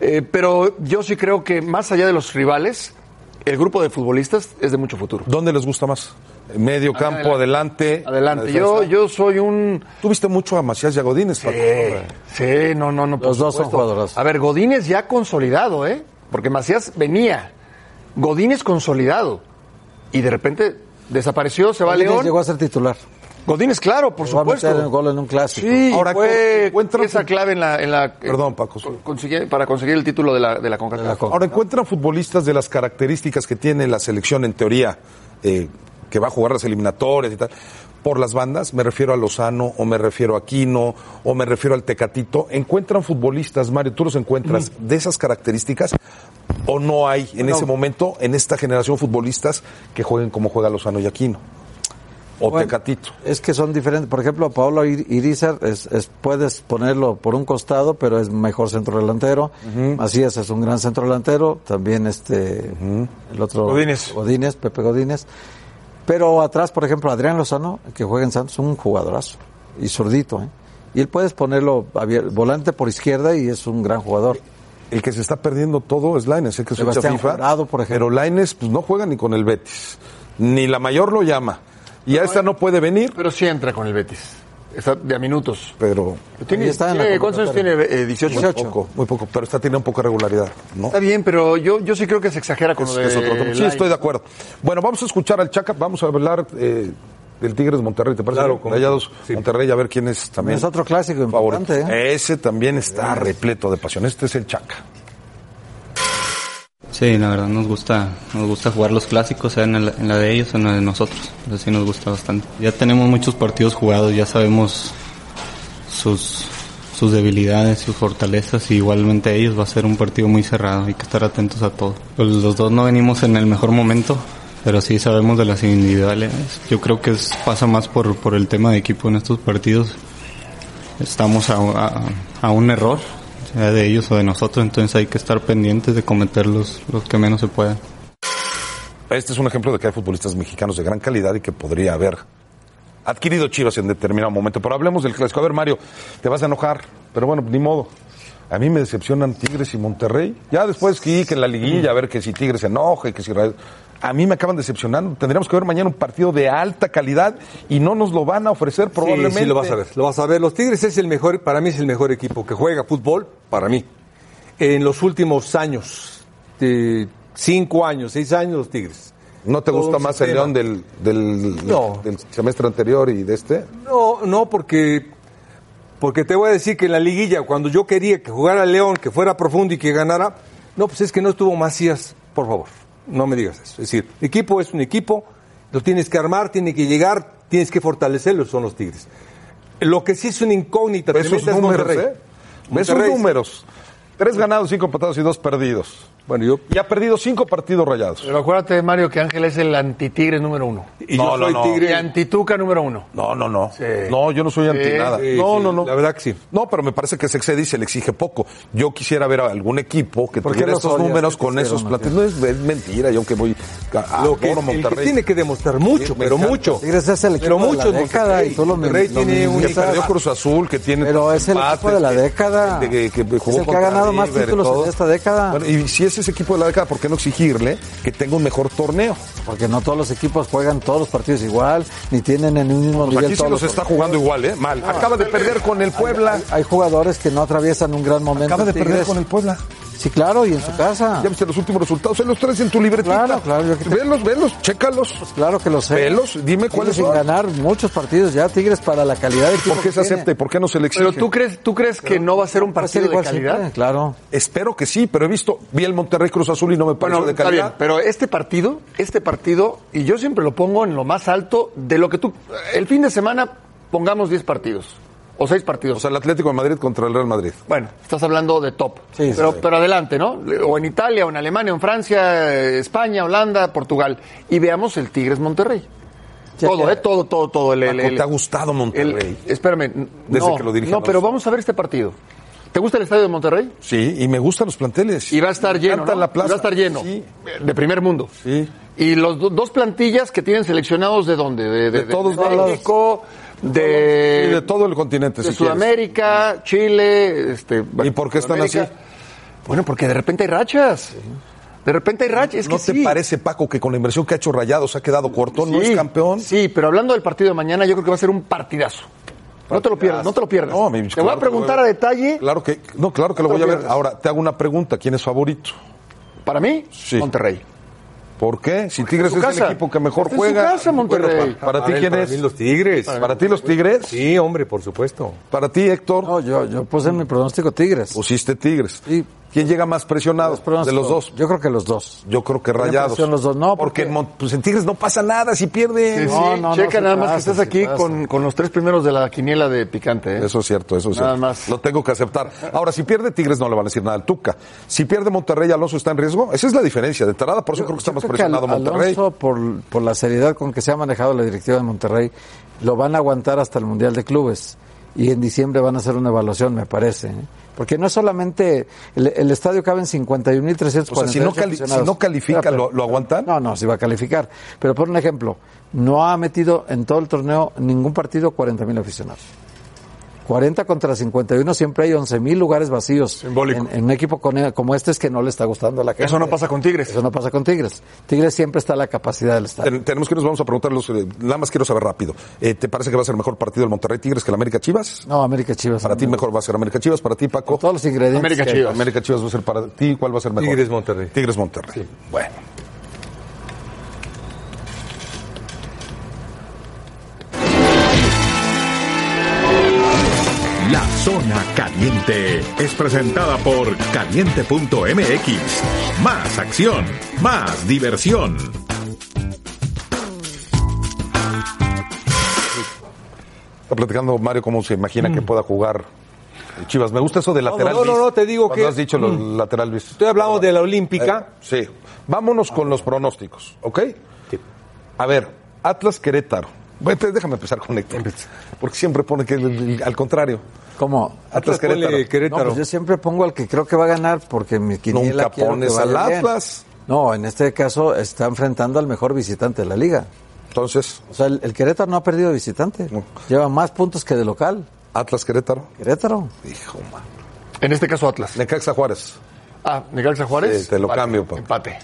S10: Eh, pero yo sí creo que más allá de los rivales, el grupo de futbolistas es de mucho futuro.
S1: ¿Dónde les gusta más? Eh, Medio campo, adelante.
S10: Adelante.
S1: La
S10: Yo,
S1: defensa.
S10: yo soy un.
S1: Tuviste mucho a Macías y a Godínez, Paco, hombre.
S10: Sí, no, no, no. Los
S1: dos son
S10: jugadores. A ver, Godínez ya consolidado, ¿eh? Porque Macías venía. Godínez consolidado. Y de repente desapareció, se va a
S11: Godínez
S10: León.
S11: llegó a ser titular.
S10: Godínez, claro, por
S11: Va a meter
S10: supuesto.
S11: el gol en un clásico.
S10: Sí,
S11: Ahora,
S10: ahora fue esa clave en la. En la Perdón,
S1: Paco.
S10: para conseguir el título de la, de la CONCACAF.
S1: Ahora encuentran futbolistas de las características que tiene la selección en teoría, eh, que va a jugar las eliminatorias y tal, por las bandas, me refiero a Lozano, o me refiero a Quino, o me refiero al Tecatito. ¿Encuentran futbolistas, Mario, tú los encuentras de esas características? ¿O no hay en ese momento, en esta generación, futbolistas que jueguen como juega Lozano y Aquino? O
S11: Bueno,
S1: Tecatito.
S11: Es que son diferentes. Por ejemplo, Paolo Ir- Irizar es, es- puedes ponerlo por un costado, pero es mejor centro delantero. Macías es un gran centro delantero. También este el otro
S10: Godínez.
S11: Godínez, Pepe Godínez. Pero atrás, por ejemplo, Adrián Lozano, que juega en Santos, un jugadorazo y zurdito. ¿eh? Y él puedes ponerlo abier- volante por izquierda y es un gran jugador.
S1: El que se está perdiendo todo es Laines, el que se echa
S11: Sebastián
S1: FIFA. Pero Laines pues, no juega ni con el Betis. Ni la mayor lo llama. Y a esta no puede venir.
S10: Pero sí entra con el Betis. Está de a minutos.
S1: Pero.
S10: Tiene- tiene- ¿Cuántos años tiene? eh, 18.
S1: Muy poco, muy poco, pero esta tiene un poco de regularidad, ¿no?
S10: Está bien, pero yo, yo sí creo que se exagera con
S1: Es-
S10: lo de
S1: es otro tema. Sí,
S10: Lainez.
S1: estoy de acuerdo. Bueno, vamos a escuchar al Chaca, vamos a hablar eh, del Tigres Monterrey, ¿te parece?
S11: Claro,
S1: Con
S11: con-
S1: Rayados Monterrey, a ver quién es también.
S11: Es otro clásico
S1: favorito.
S11: importante. ¿eh?
S1: Ese también está repleto de pasión. Este es el Chaca.
S13: Sí, la verdad nos gusta, nos gusta jugar los clásicos, sea en, el- en la de ellos o en la de nosotros. Pero sí nos gusta bastante. Ya tenemos muchos partidos jugados, ya sabemos sus, sus debilidades, sus fortalezas y igualmente ellos va a ser un partido muy cerrado, hay que estar atentos a todo. Pues los dos no venimos en el mejor momento, pero sí sabemos de las individualidades. Yo creo que es, pasa más por, por el tema de equipo en estos partidos. Estamos a, a- a un error, sea de ellos o de nosotros, entonces hay que estar pendientes de cometer los, los que menos se puedan.
S1: Este es un ejemplo de que hay futbolistas mexicanos de gran calidad y que podría haber adquirido Chivas en determinado momento. Pero hablemos del clásico. A ver, Mario, te vas a enojar, pero bueno, ni modo. A mí me decepcionan Tigres y Monterrey. Ya después que que en la liguilla, a ver que si Tigres se enoja y que si Rayados- A mí me acaban decepcionando. Tendríamos que ver mañana un partido de alta calidad y no nos lo van a ofrecer probablemente.
S9: Sí, sí, lo vas a ver, lo vas a ver. Los Tigres es el mejor, para mí es el mejor equipo que juega fútbol, para mí. En los últimos años, eh, cinco años, seis años, los Tigres.
S1: ¿No te gusta más el León del, del,
S9: No.
S1: del semestre anterior y de este?
S9: No, no, porque, porque te voy a decir que en la liguilla, cuando yo quería que jugara León, que fuera profundo y que ganara, no, pues es que no estuvo Macías, por favor, no me digas eso. Es decir, equipo es un equipo, lo tienes que armar, tiene que llegar, tienes que fortalecerlo, son los Tigres. Lo que sí es una incógnita,
S1: Esos
S9: tremenda es
S1: números,
S9: Monterrey.
S1: ¿eh? Esos
S9: Monterrey,
S1: números. Tres ganados, cinco empatados y dos perdidos. Bueno, yo... Y ha perdido cinco partidos rayados.
S10: Pero acuérdate, Mario, que Ángel es el antitigre número uno.
S1: Y No, yo no, soy no. tigre.
S10: Y antituca número uno.
S1: No, no, no. No, yo no soy anti
S10: Sí,
S1: nada.
S10: sí,
S1: no,
S10: sí.
S1: no, no.
S10: La
S1: verdad que sí. No, pero me parece que se excede y se le exige poco. Yo quisiera ver a algún equipo que
S9: ¿Por qué
S1: tuviera
S9: los
S1: esos
S9: odias?
S1: números
S9: ¿Qué te
S1: con
S9: hicieron,
S1: esos platillos. No es, es mentira, yo que voy a, a
S9: Lo que,
S1: adoro
S9: el que
S1: Monterrey.
S9: tiene que demostrar mucho,
S1: Me
S9: pero
S1: encanta.
S9: mucho.
S1: Tigres es el equipo
S9: pero
S1: de la
S9: mucho es
S1: década
S9: Monterrey.
S1: y tú lo men-
S9: Monterrey
S1: lo
S9: tiene un
S1: minimizas. Que perdió Cruz Azul, que tiene Pero es el empates, equipo de la que- década. que- que- que jugó
S11: es el que ha
S1: contra
S11: ganado más
S1: River,
S11: títulos
S1: todo.
S11: en esta década.
S1: Bueno, y si es ese equipo de la década, ¿por qué no exigirle que tenga un mejor torneo?
S11: Porque no todos los equipos juegan todos los partidos igual, ni tienen en un mismo
S1: Pues
S11: nivel
S1: aquí se
S11: todos
S1: los
S11: los
S1: está jugando igual, ¿eh? Mal. Acaba de perder con el Puebla.
S11: Hay jugadores que no atraviesan un gran momento.
S1: Acaba de
S11: Tigres.
S1: perder con el Ah. Puebla.
S11: Sí, claro, y en su casa.
S1: Ya viste los últimos resultados. Ahí los traes en tu libretita.
S11: Claro, claro. Yo que te-
S1: Velos, velos, chécalos.
S11: claro que los sé.
S1: Velos, dime
S11: Tigres
S1: cuáles
S11: sin
S1: son.
S11: ganar muchos partidos ya, Tigres, para la calidad de equipo
S1: ¿Por qué
S11: que
S1: se acepta
S11: tiene.
S1: y por qué no se le exige?
S10: Pero tú crees, tú crees que no va a ser un partido de calidad.
S11: claro.
S1: Espero que sí, pero he visto, vi el Monterrey Cruz Azul y no me pareció
S10: Bueno,
S1: de
S10: está bien,
S1: calidad.
S10: pero este partido, este partido, y yo siempre lo pongo en lo más alto de lo que tú. El fin de semana pongamos 10 partidos o 6 partidos.
S1: O sea, el Atlético de Madrid contra el Real Madrid.
S10: Bueno, estás hablando de top.
S1: Sí, sí,
S10: pero,
S1: sí.
S10: pero adelante, ¿no? O en Italia, o en Alemania, o en Francia, eh, España, Holanda, Portugal. Y veamos el Tigres Monterrey. Todo, ¿eh? Todo, todo, todo. El, el-
S1: Paco,
S10: el-
S1: ¿te ha gustado Monterrey?
S10: el- espérame. n-
S1: Desde
S10: no,
S1: que lo dirige
S10: No, pero
S1: Alonso.
S10: vamos a ver este partido. ¿Te gusta el estadio de Monterrey?
S1: Sí, y me gustan los planteles.
S10: Y va a estar lleno.
S1: encanta
S10: ¿no?
S1: la plaza.
S10: Y va a estar lleno.
S1: Sí.
S10: De primer mundo.
S1: Sí.
S10: Y los do- dos plantillas que tienen seleccionados de dónde? De,
S1: De todos
S10: de
S1: lados.
S10: México, de,
S1: Sí, de todo el continente,
S10: de
S1: si quieres.
S10: Sudamérica, Chile, este ¿Y por
S1: qué están así?
S10: Bueno, porque de repente hay rachas. De repente hay rachas, es
S1: ¿No
S10: que
S1: te
S10: sí.
S1: parece, Paco, que con la inversión que ha hecho Rayados ha quedado corto? ¿No
S10: Sí,
S1: es campeón?
S10: Sí, pero hablando del partido de mañana, yo creo que va a ser un partidazo. No te lo pierdas, no te lo pierdas.
S1: No, mi-
S10: te
S1: claro
S10: voy a
S1: que
S10: preguntar
S1: lo
S10: a
S1: veo.
S10: detalle.
S1: Claro que, no, claro que lo
S10: No te
S1: voy a ver.
S10: pierdas.
S1: Ahora, te hago una pregunta. ¿Quién es favorito?
S10: ¿Para mí?
S1: Sí.
S10: Monterrey.
S1: ¿Por qué? Si Tigres
S10: en
S1: es
S10: su
S1: el
S10: casa.
S1: equipo que mejor
S10: Está en su
S1: juega.
S10: casa, Monterrey.
S1: Bueno, para, para ti,
S10: Para él,
S1: ¿quién
S10: para
S1: es?
S10: mí
S9: los Tigres.
S1: ¿Para, ti, los Tigres?
S9: Sí, hombre, por supuesto.
S1: ¿Para ti, Héctor?
S11: No, yo, yo puse en mi pronóstico Tigres.
S1: Pusiste Tigres. ¿Quién llega más presionado de los dos?
S11: Yo creo que los dos.
S1: Yo creo que
S11: Tienen
S1: Rayados.
S11: presión los dos, no,
S1: porque en, Mon- pues en Tigres no pasa nada si pierde.
S10: Sí, Eh, sí, checa nada más que estás aquí con, con los tres primeros de la quiniela de picante. ¿eh?
S9: Pues,
S1: Eso es cierto, eso es
S10: Nada
S1: cierto.
S10: más.
S1: Lo tengo que aceptar. Ahora, si pierde Tigres, no le van a decir nada al Tuca. Si pierde Monterrey, Alonso está en riesgo. Esa es la diferencia de entrada. Por eso creo que está más
S11: Creo que Al-
S1: presionado Monterrey.
S11: Alonso, por, por la seriedad con que se ha manejado la directiva de Monterrey, lo van a aguantar hasta el Mundial de Clubes. Y en diciembre van a hacer una evaluación, me parece. ¿eh? Porque no es solamente. El, el estadio cabe en 51.348
S1: O sea, si no cali-
S11: aficionados.
S1: si no califica,
S11: Espera,
S1: ¿lo-
S11: pero-
S1: lo aguantan?
S11: No, no, si va a calificar. Pero por un ejemplo, no ha metido en todo el torneo ningún partido 40.000 aficionados. 40 contra 51, siempre hay 11.000 lugares vacíos. En, en un equipo con- como este es que no le está gustando a la gente.
S10: Eso no pasa con Tigres.
S11: Eso no pasa con Tigres. Tigres siempre está a la capacidad del estadio.
S1: Ten- tenemos que nos vamos a preguntar los. eh, nada más quiero saber rápido. Eh, ¿Te parece que va a ser mejor partido el Monterrey Tigres que el América Chivas?
S11: No, América Chivas.
S1: Para ti mejor va a ser América Chivas, para ti Paco.
S11: Todos los ingredientes. que hay.
S1: América Chivas va a ser para ti. ¿Cuál va a ser mejor?
S9: Tigres Monterrey.
S1: Tigres Monterrey. Bueno.
S14: La Zona Caliente es presentada por caliente.mx. Más acción, más diversión.
S1: Está platicando Mario cómo se imagina
S11: Mm.
S1: que pueda jugar el Chivas. Me gusta eso de lateral.
S9: no, no,
S1: bis.
S9: no, te digo
S1: Cuando
S9: que-
S1: has dicho lo
S11: Mm.
S1: lateral bis.
S9: Estoy hablando de la Olímpica.
S1: Eh, sí. Vámonos con los pronósticos, ¿ok? A ver, Atlas Querétaro. Bueno, pues déjame empezar con Héctor. Porque siempre pone que el- el- al contrario.
S11: Eh, ¿Cómo?
S1: Atlas Querétaro.
S11: No, pues yo siempre pongo al que creo que va a ganar porque mi quiniela
S1: Nunca
S11: quiero que
S1: pones
S11: vaya
S1: al
S11: bien.
S1: Atlas.
S11: No, en este caso está enfrentando al mejor visitante de la liga.
S1: Entonces,
S11: O sea, el, el Querétaro no ha perdido visitante. Lleva más puntos que de local.
S1: Atlas Querétaro.
S11: Querétaro.
S1: Hijo, man.
S10: En este caso, Atlas.
S1: Necaxa Juárez.
S10: Ah, Necaxa Juárez.
S1: Sí, te lo
S10: Empate.
S1: cambio, pa.
S10: Empate.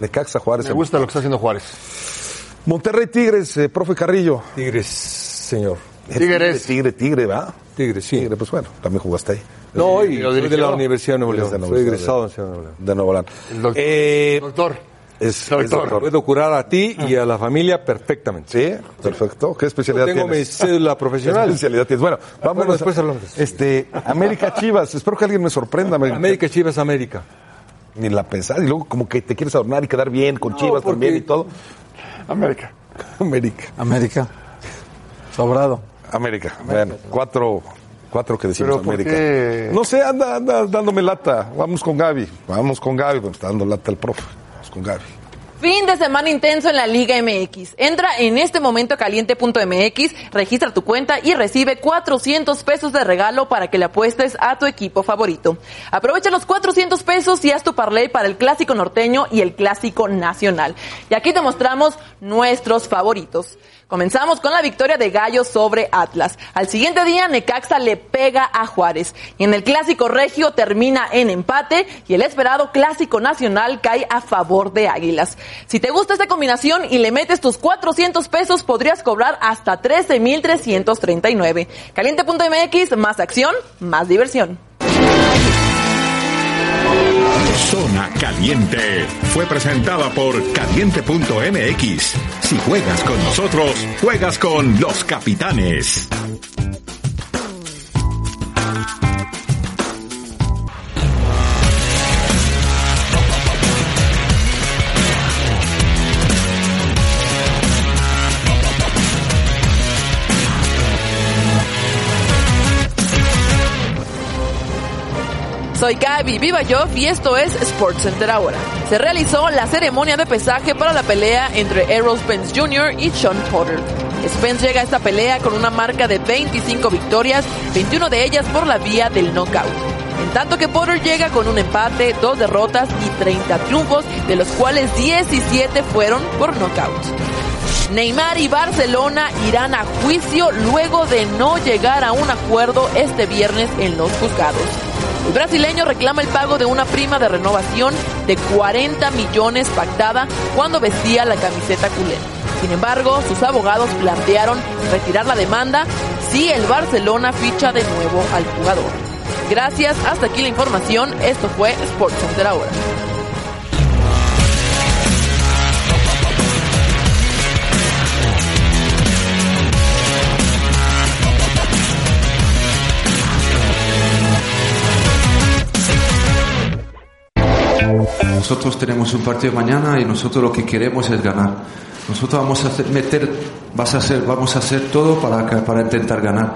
S1: Necaxa Juárez.
S10: Me gusta lo que está haciendo Juárez.
S1: Monterrey Tigres, eh, profe Carrillo.
S9: Tigres, señor.
S10: Tigres.
S1: Tigre, tigre, ¿verdad?
S9: Tigres, sí.
S1: Tigre, pues bueno, también jugaste ahí.
S9: No, hoy
S10: lo
S9: soy de
S10: dirigió.
S9: la Universidad de Nuevo
S1: Eres
S9: León.
S1: de
S9: Soy
S1: Nuevo
S9: egresado de
S1: León.
S9: la Universidad de Nuevo León.
S1: De Nuevo León.
S10: El doctor.
S9: Eh,
S10: Doctor.
S1: Es,
S10: Doctor.
S1: es doctor. Ah.
S9: Puedo curar a ti y a la familia perfectamente.
S1: Sí, perfecto. ¿Qué especialidad
S9: Yo tengo
S1: tienes?
S9: mi cédula profesional.
S1: ¿Qué especialidad tienes? Bueno, vámonos.
S9: después
S1: a-
S9: hablamos.
S1: Este, América Chivas. Espero que alguien me sorprenda. América.
S9: América Chivas América.
S1: Ni la pensar. Y luego como que te quieres adornar y quedar bien con Chivas
S9: porque-
S1: también y todo.
S10: América.
S1: América.
S11: América. Sobrado.
S1: América. Bueno, cuatro, cuatro que decimos
S10: Pero, ¿por
S1: América.
S10: qué?
S1: No sé, anda, anda dándome lata. Vamos con Gaby. Vamos con Gaby. Me está dando lata el profe. Vamos con Gaby.
S15: Fin de semana intenso en la Liga MX. Entra en este momento a caliente.mx, registra tu cuenta y recibe 400 pesos de regalo para que le apuestes a tu equipo favorito. Aprovecha los 400 pesos y haz tu parlay para el clásico norteño y el clásico nacional. Y aquí te mostramos nuestros favoritos. Comenzamos con la victoria de Gallo sobre Atlas. Al siguiente día, Necaxa le pega a Juárez. Y en el clásico regio termina en empate y el esperado clásico nacional cae a favor de Águilas. Si te gusta esta combinación y le metes tus 400 pesos, podrías cobrar hasta 13,339. Caliente.mx, más acción, más diversión.
S14: Zona Caliente fue presentada por caliente.mx. Si juegas con nosotros, juegas con los capitanes.
S15: Soy Gaby Vivayov y esto es Sports Center ahora. Se realizó la ceremonia de pesaje para la pelea entre Errol Spence Jr. y Sean Potter. Spence llega a esta pelea con una marca de 25 victorias, 21 de ellas por la vía del knockout. En tanto que Potter llega con un empate, dos derrotas y 30 triunfos, de los cuales 17 fueron por nocaut. Neymar y Barcelona irán a juicio luego de no llegar a un acuerdo este viernes en los juzgados. El brasileño reclama el pago de una prima de renovación de 40 millones pactada cuando vestía la camiseta culé. Sin embargo, sus abogados plantearon retirar la demanda si el Barcelona ficha de nuevo al jugador. Gracias, hasta aquí la información. Esto fue Sports Center ahora.
S16: Nosotros tenemos un partido mañana y nosotros lo que queremos es ganar. Nosotros vamos a hacer- meter, vas a hacer, vamos a hacer todo para, ca- para intentar ganar.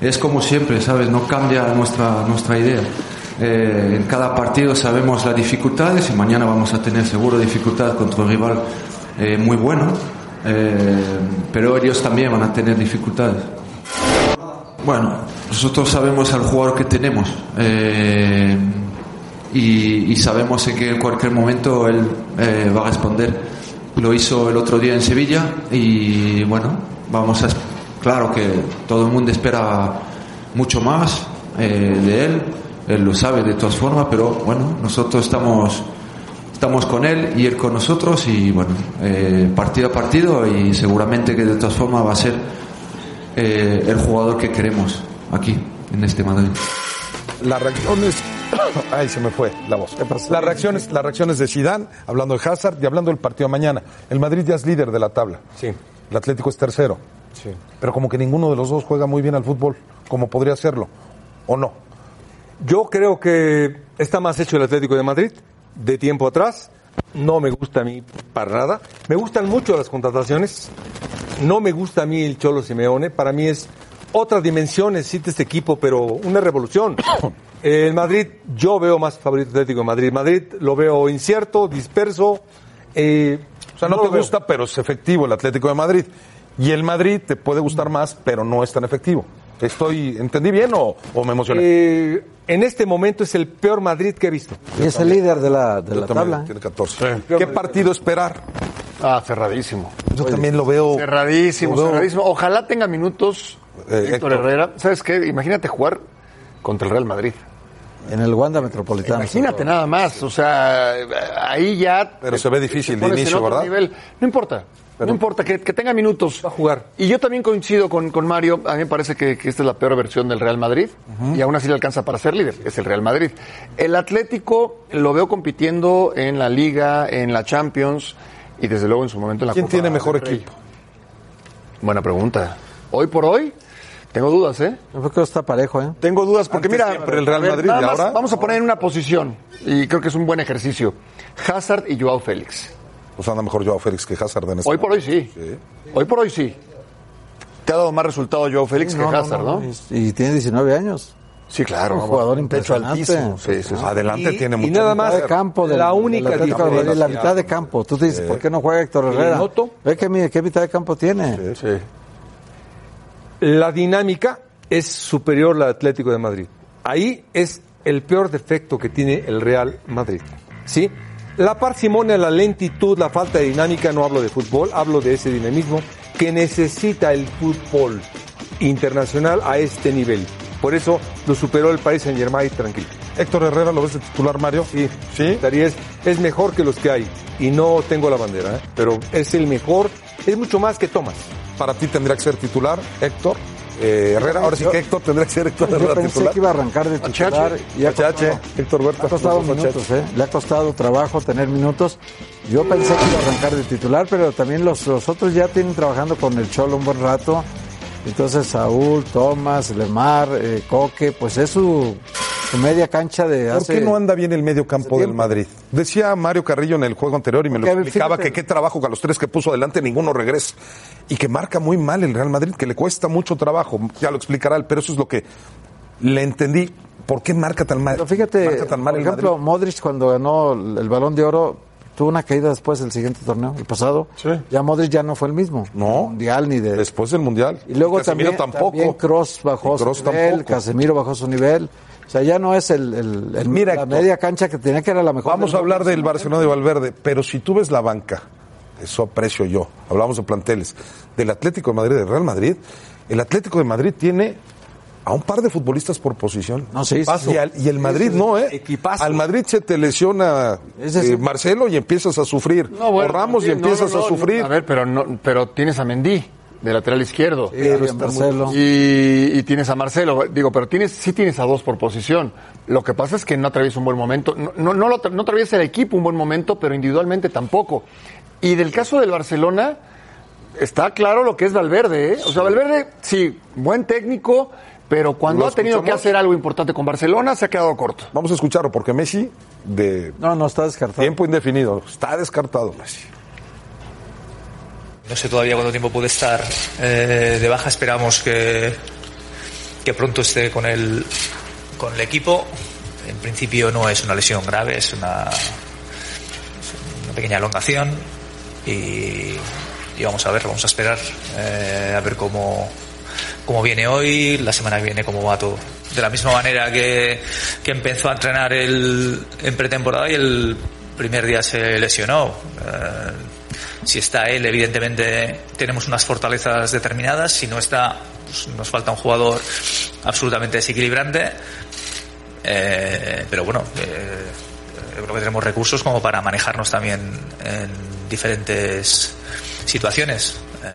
S16: Es como siempre, ¿sabes? No cambia nuestra, nuestra idea. Eh, en cada partido sabemos las dificultades y mañana vamos a tener seguro dificultad contra un rival eh, muy bueno, Eh, pero ellos también van a tener dificultades. Bueno, nosotros sabemos al jugador que tenemos eh, y, y sabemos en que en cualquier momento él eh, va a responder. Lo hizo el otro día en Sevilla y bueno, vamos a... es- Claro que todo el mundo espera mucho más eh, de él, él lo sabe de todas formas, pero bueno, nosotros estamos, estamos con él y él con nosotros y bueno, eh, partido a partido y seguramente que de todas formas va a ser eh, el jugador que queremos aquí, en este Madrid.
S1: Las reacciones. Ay, se me fue la voz. Las reacciones, las reacciones de Zidane, hablando de Hazard y hablando del partido de mañana. El Madrid ya es líder de la tabla. Sí. El Atlético es tercero. Sí. Pero como que ninguno de los dos juega muy bien al fútbol, como podría hacerlo, ¿o no?
S9: Yo creo que está más hecho el Atlético de Madrid de tiempo atrás. No me gusta a mí para nada. Me gustan mucho las contrataciones. No me gusta a mí el Cholo Simeone. Para mí es otra dimensión necesita este equipo, pero una revolución. El Madrid, yo veo más favorito Atlético de Madrid. Madrid lo veo incierto, disperso. eh,
S1: O sea, no,
S9: lo
S1: te
S9: veo.
S1: gusta, pero es efectivo el Atlético de Madrid. Y el Madrid te puede gustar más, pero no es tan efectivo. Estoy, ¿entendí bien o, o me emocioné?
S9: Eh, en este momento es el peor Madrid que he visto.
S1: Y es el líder de la,
S9: la tabla. ¿eh?
S11: ¿eh?
S1: Tiene 14. ¿Qué partido esperar?
S10: Ah, cerradísimo.
S1: Yo también lo veo.
S10: Cerradísimo,
S1: lo veo-
S10: cerradísimo. Ojalá tenga minutos
S1: Eh,
S10: Héctor
S1: Héctor.
S10: Herrera. ¿Sabes qué? Imagínate jugar contra el Real Madrid.
S11: En el Wanda Metropolitano.
S10: Imagínate nada más. O sea, ahí ya.
S1: Pero se ve difícil
S10: te
S1: de
S10: pones Eh, en
S1: inicio,
S10: otro
S1: ¿verdad?
S10: nivel. No importa. no importa, que, que tenga minutos. a
S9: jugar.
S10: Y yo también coincido con, con Mario. A mí me parece que, que esta es la peor versión del Real Madrid. Y aún así le alcanza para ser líder. Es el Real Madrid. El Atlético lo veo compitiendo en la Liga, en la Champions. Y desde luego en su momento en la
S1: ¿Quién
S10: Copa
S1: tiene mejor
S10: del Rey.
S1: equipo?
S10: Buena pregunta. Hoy por hoy, tengo dudas, ¿eh?
S11: Yo creo que está parejo, ¿eh?
S10: Tengo dudas porque
S11: Antes
S10: mira,
S11: siempre el Real
S10: a ver,
S11: Madrid,
S10: nada
S11: ¿y
S10: más
S11: ahora?
S10: vamos a poner en una posición y creo que es un buen ejercicio. Hazard y Joao Félix.
S1: Pues anda mejor Joao Félix que Hazard en este
S10: Hoy por hoy sí. Hoy por hoy sí. Te ha dado más resultado Joao Félix que Hazard, ¿no?
S11: Y, y tiene 19 años.
S10: Sí, claro.
S11: Un jugador impresionante.
S1: Adelante
S11: Y-
S1: tiene
S11: y
S1: mucho.
S11: nada más de campo del-
S9: la
S11: del
S9: única
S11: Atlético de Madrid, la
S9: diferencia.
S11: mitad de campo. Tú te dices, ¿por qué no juega Héctor
S9: ¿Y
S11: Herrera?
S9: Binotto?
S11: Ve que mire, qué mitad de campo tiene.
S9: La dinámica es superior al Atlético de Madrid. Ahí es el peor defecto que tiene el Real Madrid. ¿Sí? La parsimonia, la lentitud, la falta de dinámica, no hablo de fútbol, hablo de ese dinamismo que necesita el fútbol internacional a este nivel. Por eso lo superó el país Saint Germain tranquilo.
S1: Héctor Herrera, ¿lo ves de titular, Mario?
S9: Sí, sí. Es, es mejor que los que hay. Y no tengo la bandera, ¿eh? pero es el mejor, es mucho más que Thomas.
S1: Para ti tendría que ser titular, Héctor eh, Herrera. Ahora sí
S11: Yo-
S1: que Héctor tendría que ser Héctor
S11: Yo
S1: Herrera
S11: pensé
S1: titular.
S11: que iba a arrancar de titular. y ha
S1: Achache,
S11: costado-
S1: Héctor Huerta.
S11: Le ha costado
S1: Nosotros,
S11: minutos, ¿eh? Le ha costado trabajo tener minutos. Yo pensé que iba a arrancar de titular, pero también los, los otros ya tienen trabajando con el Cholo un buen rato. Entonces, Saúl, Tomás, Lemar, eh, Coque, pues es su, su media cancha de
S1: ¿Por
S11: hace...
S1: qué no anda bien el medio campo del Madrid? Decía Mario Carrillo en el juego anterior y me
S11: Porque, a
S1: lo
S11: ver,
S1: explicaba
S11: fíjate.
S1: que qué trabajo que a los tres que puso adelante ninguno regresa y que marca muy mal el Real Madrid, que le cuesta mucho trabajo. Ya lo explicará él, pero eso es lo que le entendí. ¿Por qué marca tan mal?
S11: Pero fíjate,
S1: marca tan mal
S11: por
S1: el
S11: ejemplo,
S1: Madrid?
S11: Modric cuando ganó el el Balón de Oro tuvo una caída después del siguiente torneo, el pasado. Ya Modric ya no fue el mismo. No. Mundial ni de.
S1: Después del mundial.
S11: Y luego
S1: Casemiro
S11: también
S1: tampoco.
S11: también Kroos bajó
S1: Y Kroos
S11: su nivel,
S1: tampoco.
S11: Casemiro bajó su nivel. O sea, ya no es el, el- el- la media cancha que tenía que era la mejor.
S1: Vamos a hablar del Barcelona de Valverde, pero si tú ves la banca, eso aprecio yo, hablamos de planteles, del Atlético de Madrid, del Real Madrid, el Atlético de Madrid tiene a un par de futbolistas por posición.
S11: No, sí, sí.
S1: Y, al- y el Madrid
S11: Sí, sí,
S1: no, ¿eh? Al Madrid se te lesiona
S10: Ese sí.
S1: eh, Marcelo y empiezas a sufrir.
S10: No, bueno,
S1: o Ramos
S10: sí,
S1: y
S10: no,
S1: empiezas
S10: no, no,
S1: a sufrir.
S10: no. A ver, pero no, pero tienes a Mendy de lateral izquierdo.
S11: pero está Marcelo. muy-
S10: Y, y tienes a Marcelo, digo, pero tienes sí tienes a dos por posición. Lo que pasa es que no atraviesa un buen momento, no no no, lo tra- no atraviesa el equipo un buen momento, pero individualmente tampoco. Y del caso del Barcelona está claro lo que es Valverde, ¿eh? O sea, Valverde sí, buen técnico, pero cuando
S1: ¿Lo
S10: ha tenido que
S1: escuchamos?
S10: hacer algo importante con Barcelona se ha quedado corto.
S1: Vamos a escucharlo, porque Messi, de
S11: No, no, está descartado.
S1: tiempo indefinido, está descartado Messi.
S17: No sé todavía cuánto tiempo puede estar eh, de baja. Esperamos que, que pronto esté con el, con el equipo. En principio no es una lesión grave, es una, es una pequeña elongación. Y, y vamos a ver, vamos a esperar eh, a ver cómo, cómo viene hoy, la semana que viene cómo va todo. De la misma manera que, que empezó a entrenar el, en pretemporada y el primer día se lesionó. Eh, si está él, evidentemente tenemos unas fortalezas determinadas. Si no está, pues nos falta un jugador absolutamente desequilibrante. Eh, pero bueno, eh, yo creo que tenemos recursos como para manejarnos también en diferentes situaciones. Eh,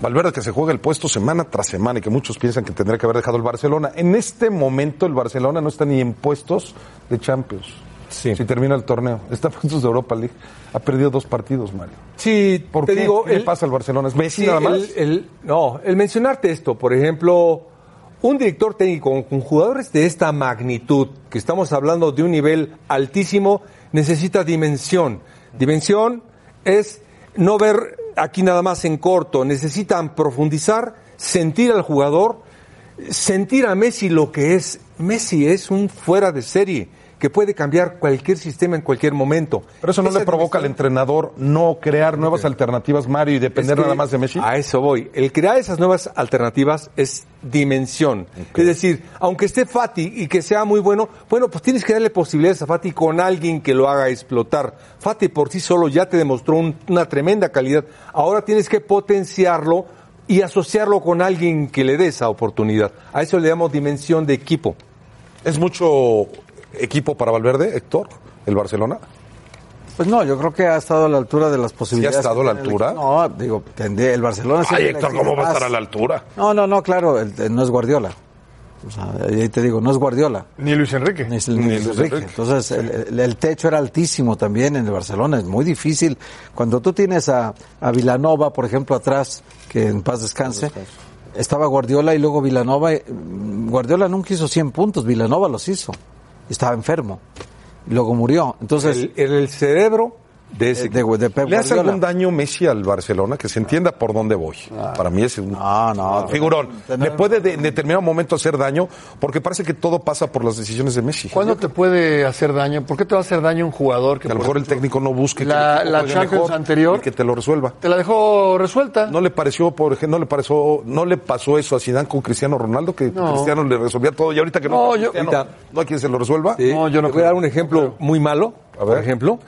S1: Valverde que se juega el puesto semana tras semana y que muchos piensan que tendría que haber dejado el Barcelona. En este momento el Barcelona no está ni en puestos de Champions. Si termina el torneo, está en puestos de Europa League. Ha perdido dos partidos, Mario.
S9: Sí,
S1: ¿Por
S9: te
S1: qué?
S9: digo,
S1: ¿Qué le pasa al Barcelona? ¿Es Messi
S9: sí,
S1: nada más?
S9: el- el- no, el mencionarte esto, por ejemplo, un director técnico con, con jugadores de esta magnitud, que estamos hablando de un nivel altísimo, necesita dimensión. Dimensión es no ver aquí nada más en corto, necesitan profundizar, sentir al jugador, sentir a Messi lo que es. Messi es un fuera de serie que puede cambiar cualquier sistema en cualquier momento.
S1: Pero eso no le provoca al entrenador no crear nuevas alternativas, Mario, y depender
S9: Es que
S1: nada más de Messi.
S9: A eso voy. El crear esas nuevas alternativas es dimensión. Es decir, aunque esté Fati y que sea muy bueno, bueno, pues tienes que darle posibilidades a Fati con alguien que lo haga explotar. Fati por sí solo ya te demostró un- una tremenda calidad. Ahora tienes que potenciarlo y asociarlo con alguien que le dé esa oportunidad. A eso le damos dimensión de equipo.
S1: ¿Es mucho equipo para Valverde, Héctor, el Barcelona?
S11: Pues no, yo creo que ha estado a la altura de las posibilidades.
S1: ha estado
S11: que
S1: a la
S11: tiene el equipo. No, digo, tendría- el Barcelona.
S1: Ay,
S11: siempre le
S1: Héctor,
S11: exige
S1: ¿cómo va a
S11: más.
S1: estar a la altura?
S11: No, no, no, claro, el- el- no es Guardiola. O sea, ahí te digo, no es Guardiola.
S10: Ni Luis Enrique.
S11: Ni, Luis Enrique. Entonces, el, el- el techo era altísimo también en el Barcelona, es muy difícil. Cuando tú tienes a, a Vilanova, por ejemplo, atrás, que en paz descanse, estaba Guardiola y luego Vilanova. eh, Guardiola nunca hizo 100 puntos, Vilanova los hizo. Estaba enfermo. Y Luego murió. Entonces,
S10: Pues,
S9: el, el- el cerebro de
S10: eh,
S11: ese. De, de Pep
S1: ¿Le hace
S11: Guardiola.
S1: algún daño Messi al Barcelona? Que se entienda por dónde voy.
S10: Ah.
S1: Para mí es un figurón. Le puede de- en determinado momento hacer daño porque parece que todo pasa por las decisiones de Messi.
S10: ¿Cuándo te puede hacer daño? ¿Por qué te va a hacer daño un jugador que
S1: Que a lo
S10: por
S1: mejor el técnico no busque
S10: La-
S1: que el equipo
S10: la
S1: juegue
S10: Champions
S1: mejor
S10: anterior-
S1: y que te lo resuelva.
S10: Te la dejó resuelta.
S1: No le pareció, por ejemplo, no le pareció, no le pasó eso a Zidane con Cristiano Ronaldo que
S10: No.
S1: Cristiano le resolvía todo y ahorita que no,
S10: No,
S1: está
S10: yo-
S1: Cristiano, no hay quien se lo resuelva.
S9: No, yo no Eh, voy a dar un ejemplo muy malo, por ejemplo,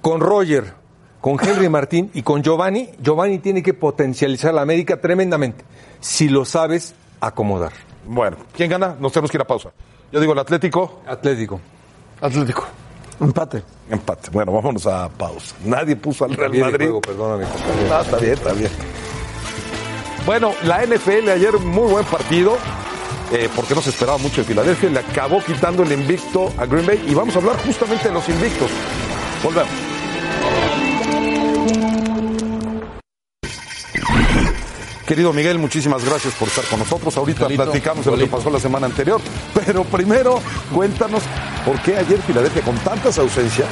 S9: con Roger, con Henry Martín y con Giovanni. Giovanni tiene que potencializar a la América tremendamente, si lo sabes acomodar.
S1: Bueno, ¿quién gana? Nos tenemos que ir a pausa. Yo digo el Atlético.
S9: Atlético.
S10: Atlético.
S11: Empate.
S1: Empate. Bueno, vámonos a pausa. Nadie puso al Real
S9: Viene el
S1: Madrid.
S9: juego, perdóname, compadre.
S1: Ah, está bien, está bien. Bueno, la NFL ayer muy buen partido, eh, porque no se esperaba mucho de Filadelfia, le acabó quitando el invicto a Green Bay y vamos a hablar justamente de los invictos. Volvemos. Querido Miguel, muchísimas gracias por estar con nosotros. Ahorita
S18: Igualito,
S1: platicamos de lo que
S18: igualito.
S1: pasó la semana anterior, pero primero cuéntanos por qué ayer Filadelfia con tantas ausencias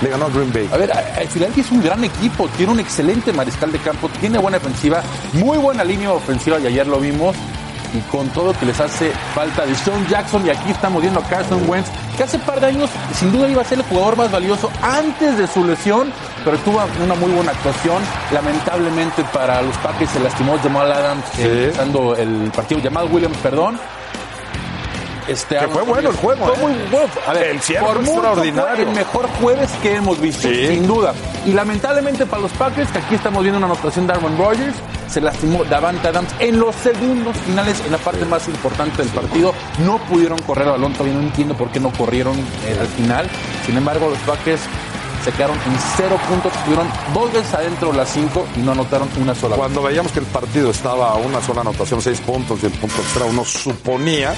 S1: le ganó a Green Bay.
S18: A ver, a- a- Filadelfia es un gran equipo, tiene un excelente mariscal de campo, tiene buena defensiva, muy buena línea ofensiva y ayer lo vimos. Y con todo que les hace falta de Sean Jackson y aquí estamos viendo a Carson Wentz, que hace par de años sin duda iba a ser el jugador más valioso antes de su lesión, pero tuvo una muy buena actuación. Lamentablemente para los Packers se lastimó Jamal Adams eh, empezando el partido, Jamal Williams, perdón. Este,
S1: Que fue bueno el juego,
S18: Fue
S1: ¿eh?
S18: muy bueno. A ver,
S1: El cierre
S18: por
S1: fue
S18: mucho
S1: extraordinario.
S18: fue el mejor jueves que hemos visto,
S1: Sí.
S18: sin duda. Y lamentablemente para los Packers, que aquí estamos viendo una anotación de Aaron Rodgers, se lastimó Davante Adams en los segundos finales, en la parte más importante del partido. No pudieron correr el balón, todavía no entiendo por qué no corrieron eh, al final. Sin embargo, los Packers se quedaron en cero puntos, tuvieron dos veces adentro las cinco y no anotaron una sola vez.
S1: Cuando veíamos que el partido estaba a una sola anotación, seis puntos y el punto extra, uno suponía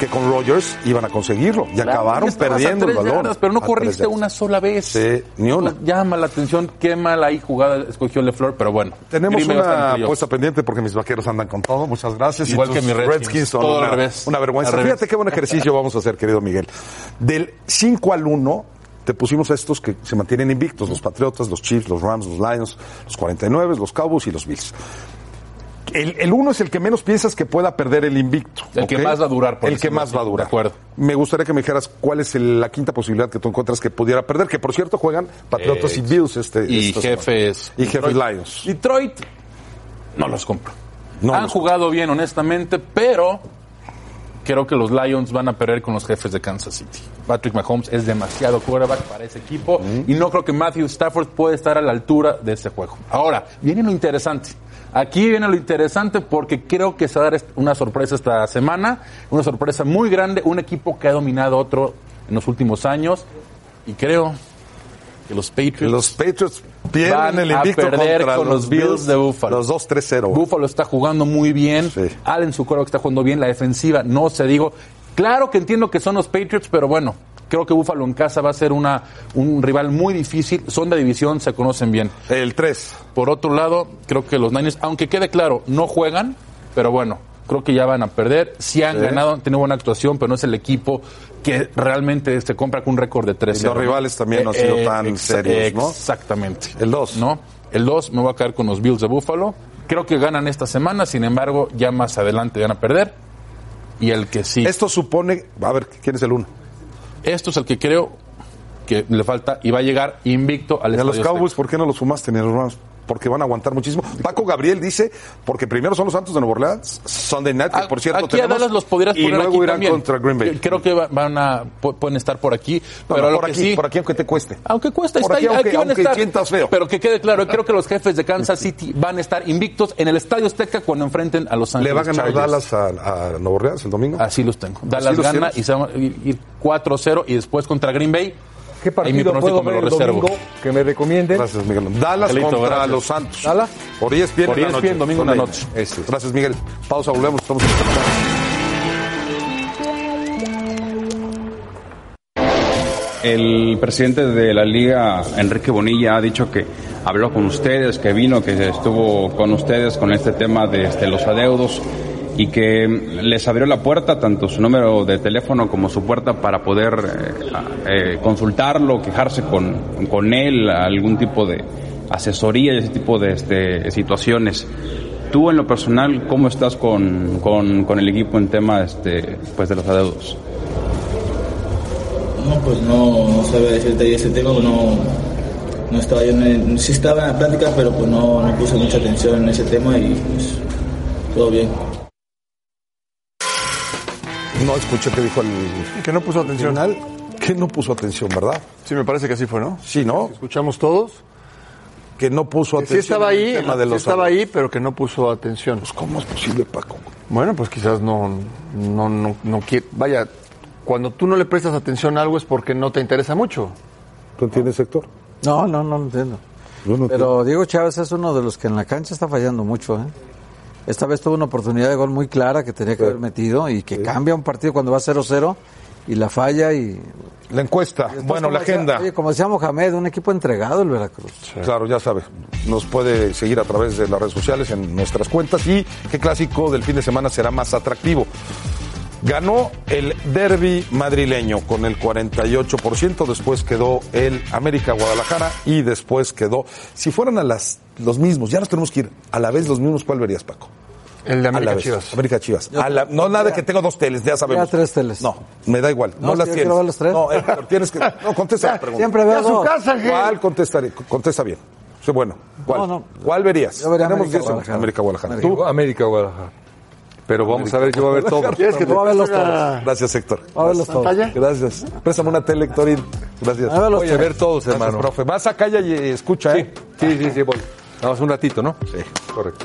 S1: que con Rogers iban a conseguirlo. Y acabaron
S18: Estabas a
S1: perdiendo el
S18: tres
S1: balón.
S18: yardas, pero no
S1: A tres
S18: corriste
S1: yardas.
S18: una sola vez.
S1: Sí, ni una.
S18: Llama la atención, qué mala ahí jugada escogió LeFleur, pero bueno.
S1: Tenemos
S18: Green Bay va a estar
S1: una
S18: en playoffs.
S1: apuesta pendiente porque mis vaqueros andan con todo. Muchas gracias.
S18: Igual
S1: tus
S18: que mis Redskins.
S1: son
S18: Todo
S1: una,
S18: al revés.
S1: una vergüenza.
S18: Al revés.
S1: Fíjate qué buen ejercicio vamos a hacer, querido Miguel. Del 5 al 1 te pusimos estos que se mantienen invictos. Los Patriotas, los Chiefs, los Rams, los Lions, los 49, los Cowboys y los Bills. El, el uno es el que menos piensas que pueda perder el invicto.
S18: El que más va a durar, por
S1: El que
S18: decirlo
S1: más
S18: así.
S1: va a durar.
S18: De acuerdo.
S1: Me gustaría que me dijeras cuál es el- la quinta posibilidad que tú encuentras que pudiera perder. Que por cierto juegan Patriotas
S18: Eh,
S1: y Bills este.
S18: y
S1: esta semana.
S18: jefes.
S1: Y jefes
S18: Detroit.
S1: Lions.
S18: Detroit no los compro.
S1: No
S18: Han
S1: los
S18: jugado bien, honestamente, pero creo que los Lions van a perder con los jefes de Kansas City. Patrick Mahomes es demasiado quarterback para ese equipo y no creo que Matthew Stafford puede estar a la altura de ese juego. Ahora, viene lo interesante. Aquí viene lo interesante porque creo que se va a dar est- una sorpresa esta semana, una sorpresa muy grande, un equipo que ha dominado a otro en los últimos años y creo que los Patriots
S1: Los Patriots pierden
S18: van
S1: el invicto
S18: a perder
S1: contra
S18: con los, Bills, de Buffalo.
S1: Los 2-3-0.
S18: Buffalo está jugando muy bien. Allen, su que está jugando bien. La defensiva, no se digo. Claro que entiendo que son los Patriots, pero bueno, creo que Buffalo en casa va a ser una, un rival muy difícil. Son de división, se conocen bien.
S1: El 3.
S18: Por otro lado, creo que los Niners, aunque quede claro, no juegan, pero bueno, creo que ya van a perder. Si han
S1: Sí.
S18: ganado, han tenido buena actuación, pero no es el equipo que realmente se compra con un récord de 3
S1: Y los rivales también no han sido tan serios, ¿no?
S18: Eh, Exactamente.
S1: El 2.
S18: ¿No? El 2 me va a caer con los Bills de Buffalo. Creo que ganan esta semana, sin embargo, ya más adelante van a perder. Y el que sí.
S1: Esto supone. A ver, ¿quién es el 1?
S18: Esto es el que creo que le falta y va a llegar invicto al
S1: Y a los
S18: estadio
S1: Cowboys, ¿por qué no los fumaste ni a los Rams? Porque van a aguantar muchísimo. Paco Gabriel dice, porque primero son los Santos de Nueva Orleans, Sunday Night, que por cierto
S18: Ah, aquí a
S1: tenemos,
S18: Dallas los podrías
S1: y
S18: poner
S1: luego
S18: aquí
S1: irán
S18: también.
S1: contra Green Bay.
S18: Yo Creo que va- van a pu- pueden estar por aquí,
S1: No,
S18: pero
S1: no,
S18: a lo
S1: por
S18: que
S1: aquí,
S18: sí- Ah,
S1: por aquí aunque te cueste.
S18: Aunque cuesta,
S1: Por
S18: está
S1: aquí,
S18: ahí,
S1: aunque-
S18: aquí van a
S1: aunque
S18: estar.
S1: sientas feo.
S18: Pero que quede claro, creo que los jefes de Kansas City van a estar invictos en el Estadio Azteca cuando enfrenten a Los
S1: ¿Le
S18: Ángeles
S1: va a ganar
S18: Chargers.
S1: Dallas a, a Nueva Orleans el domingo?
S18: Así los tengo. Dallas
S1: los
S18: gana
S1: tienes?
S18: y se va a ir ir 4-0 y después contra Green Bay.
S1: ¿Qué
S18: Ahí mi
S1: partido
S18: pronóstico
S1: puedo
S18: me lo
S1: ver el
S18: reservo.
S1: domingo?
S9: Que me recomienden.
S1: Gracias, Miguel. Dallas
S18: Angelito,
S1: contra
S18: gracias.
S1: los Santos.
S18: Dallas.
S1: Por E 10 pies
S18: Por E ESPN, domingo en la noche.
S1: Gracias, Miguel. Pausa, volvemos. Estamos en-
S19: El presidente de la liga, Enrique Bonilla, ha dicho que habló con ustedes, que vino, que estuvo con ustedes con este tema de este, los adeudos y que les abrió la puerta, tanto su número de teléfono como su puerta, para poder eh, a- eh, consultarlo, quejarse con, con él, algún tipo de asesoría y ese tipo de este, situaciones. Tú en lo personal, ¿cómo estás con, con- con el equipo en tema este, pues, de los adeudos?
S20: No, pues no, no sabía decirte ahí ese tema, pues no, no estaba yo en el- sí estaba en la plática, pero pues no, no puse mucha atención en ese tema y pues todo bien.
S1: No escuché que dijo el. Que no puso atención. Que no puso atención, ¿verdad?
S10: Sí, me parece que así fue, ¿no?
S1: Sí, ¿no?
S10: Escuchamos todos.
S1: Que no puso
S10: Que sí
S1: atención.
S10: estaba
S1: en el
S10: ahí,
S1: tema de
S10: sí
S1: los
S10: estaba
S1: adultos.
S10: ahí, pero que no puso atención. Pues
S1: ¿cómo es posible, Paco?
S10: Bueno, pues quizás no, no, no, no quiere. Vaya, cuando tú no le prestas atención a algo es porque no te interesa mucho.
S1: ¿Tú entiendes, sector?
S11: No, no, no lo entiendo. Pero Diego Chávez es uno de los que en la cancha está fallando mucho. ¿eh? Esta vez tuvo una oportunidad de gol muy clara que tenía que haber metido y que cambia un partido cuando va 0-0 y la falla y...
S1: La encuesta, Ah, bueno, la agenda.
S11: oye, como decía Mohamed, un equipo entregado el Veracruz.
S1: Claro, ya sabe. Nos puede seguir a través de las redes sociales, en nuestras cuentas. Y qué clásico del fin de semana será más atractivo. Ganó el derby madrileño con el 48%, después quedó el América Guadalajara y después quedó. Si fueran a las los mismos, ya nos tenemos que ir a la vez los mismos, ¿cuál verías, Paco?
S10: El de
S1: A la
S10: América
S1: vez.
S10: Chivas.
S1: América Chivas. A la- no nada que tengo dos teles, ya sabemos.
S11: tres teles.
S1: No, me da igual. No,
S11: No,
S1: las
S11: sí, yo
S1: tienes.
S11: quiero ver los tres.
S1: No, Héctor, tienes que. No, contesta la pregunta.
S11: siempre veo Ya a su dos. casa, Gil.
S1: ¿Cuál contestaré? Contesta bien. Sí, bueno. ¿Cuál,
S11: No, no.
S1: ¿Cuál verías?
S11: Yo vería América
S1: Tenemos diez segundos.
S11: Guadalajara.
S1: América Guadalajara.
S9: América Guadalajara. Pero vamos a ver, yo voy a ver todo.
S10: ¿Quieres que te
S9: Voy a ver los
S10: preste una-
S9: todos. Gracias, Héctor.
S10: ¿Voy a verlos todos? ¿Pantalla?
S9: Gracias. Préstame una tele, Héctorín. Gracias.
S10: A verlos
S9: Voy a ver
S10: todos.
S9: todos,
S10: Gracias,
S9: hermano.
S10: profe.
S9: Vas a calla y escucha, sí. ¿eh? Sí, sí, sí, voy. Nada más un ratito, ¿no? Sí, correcto.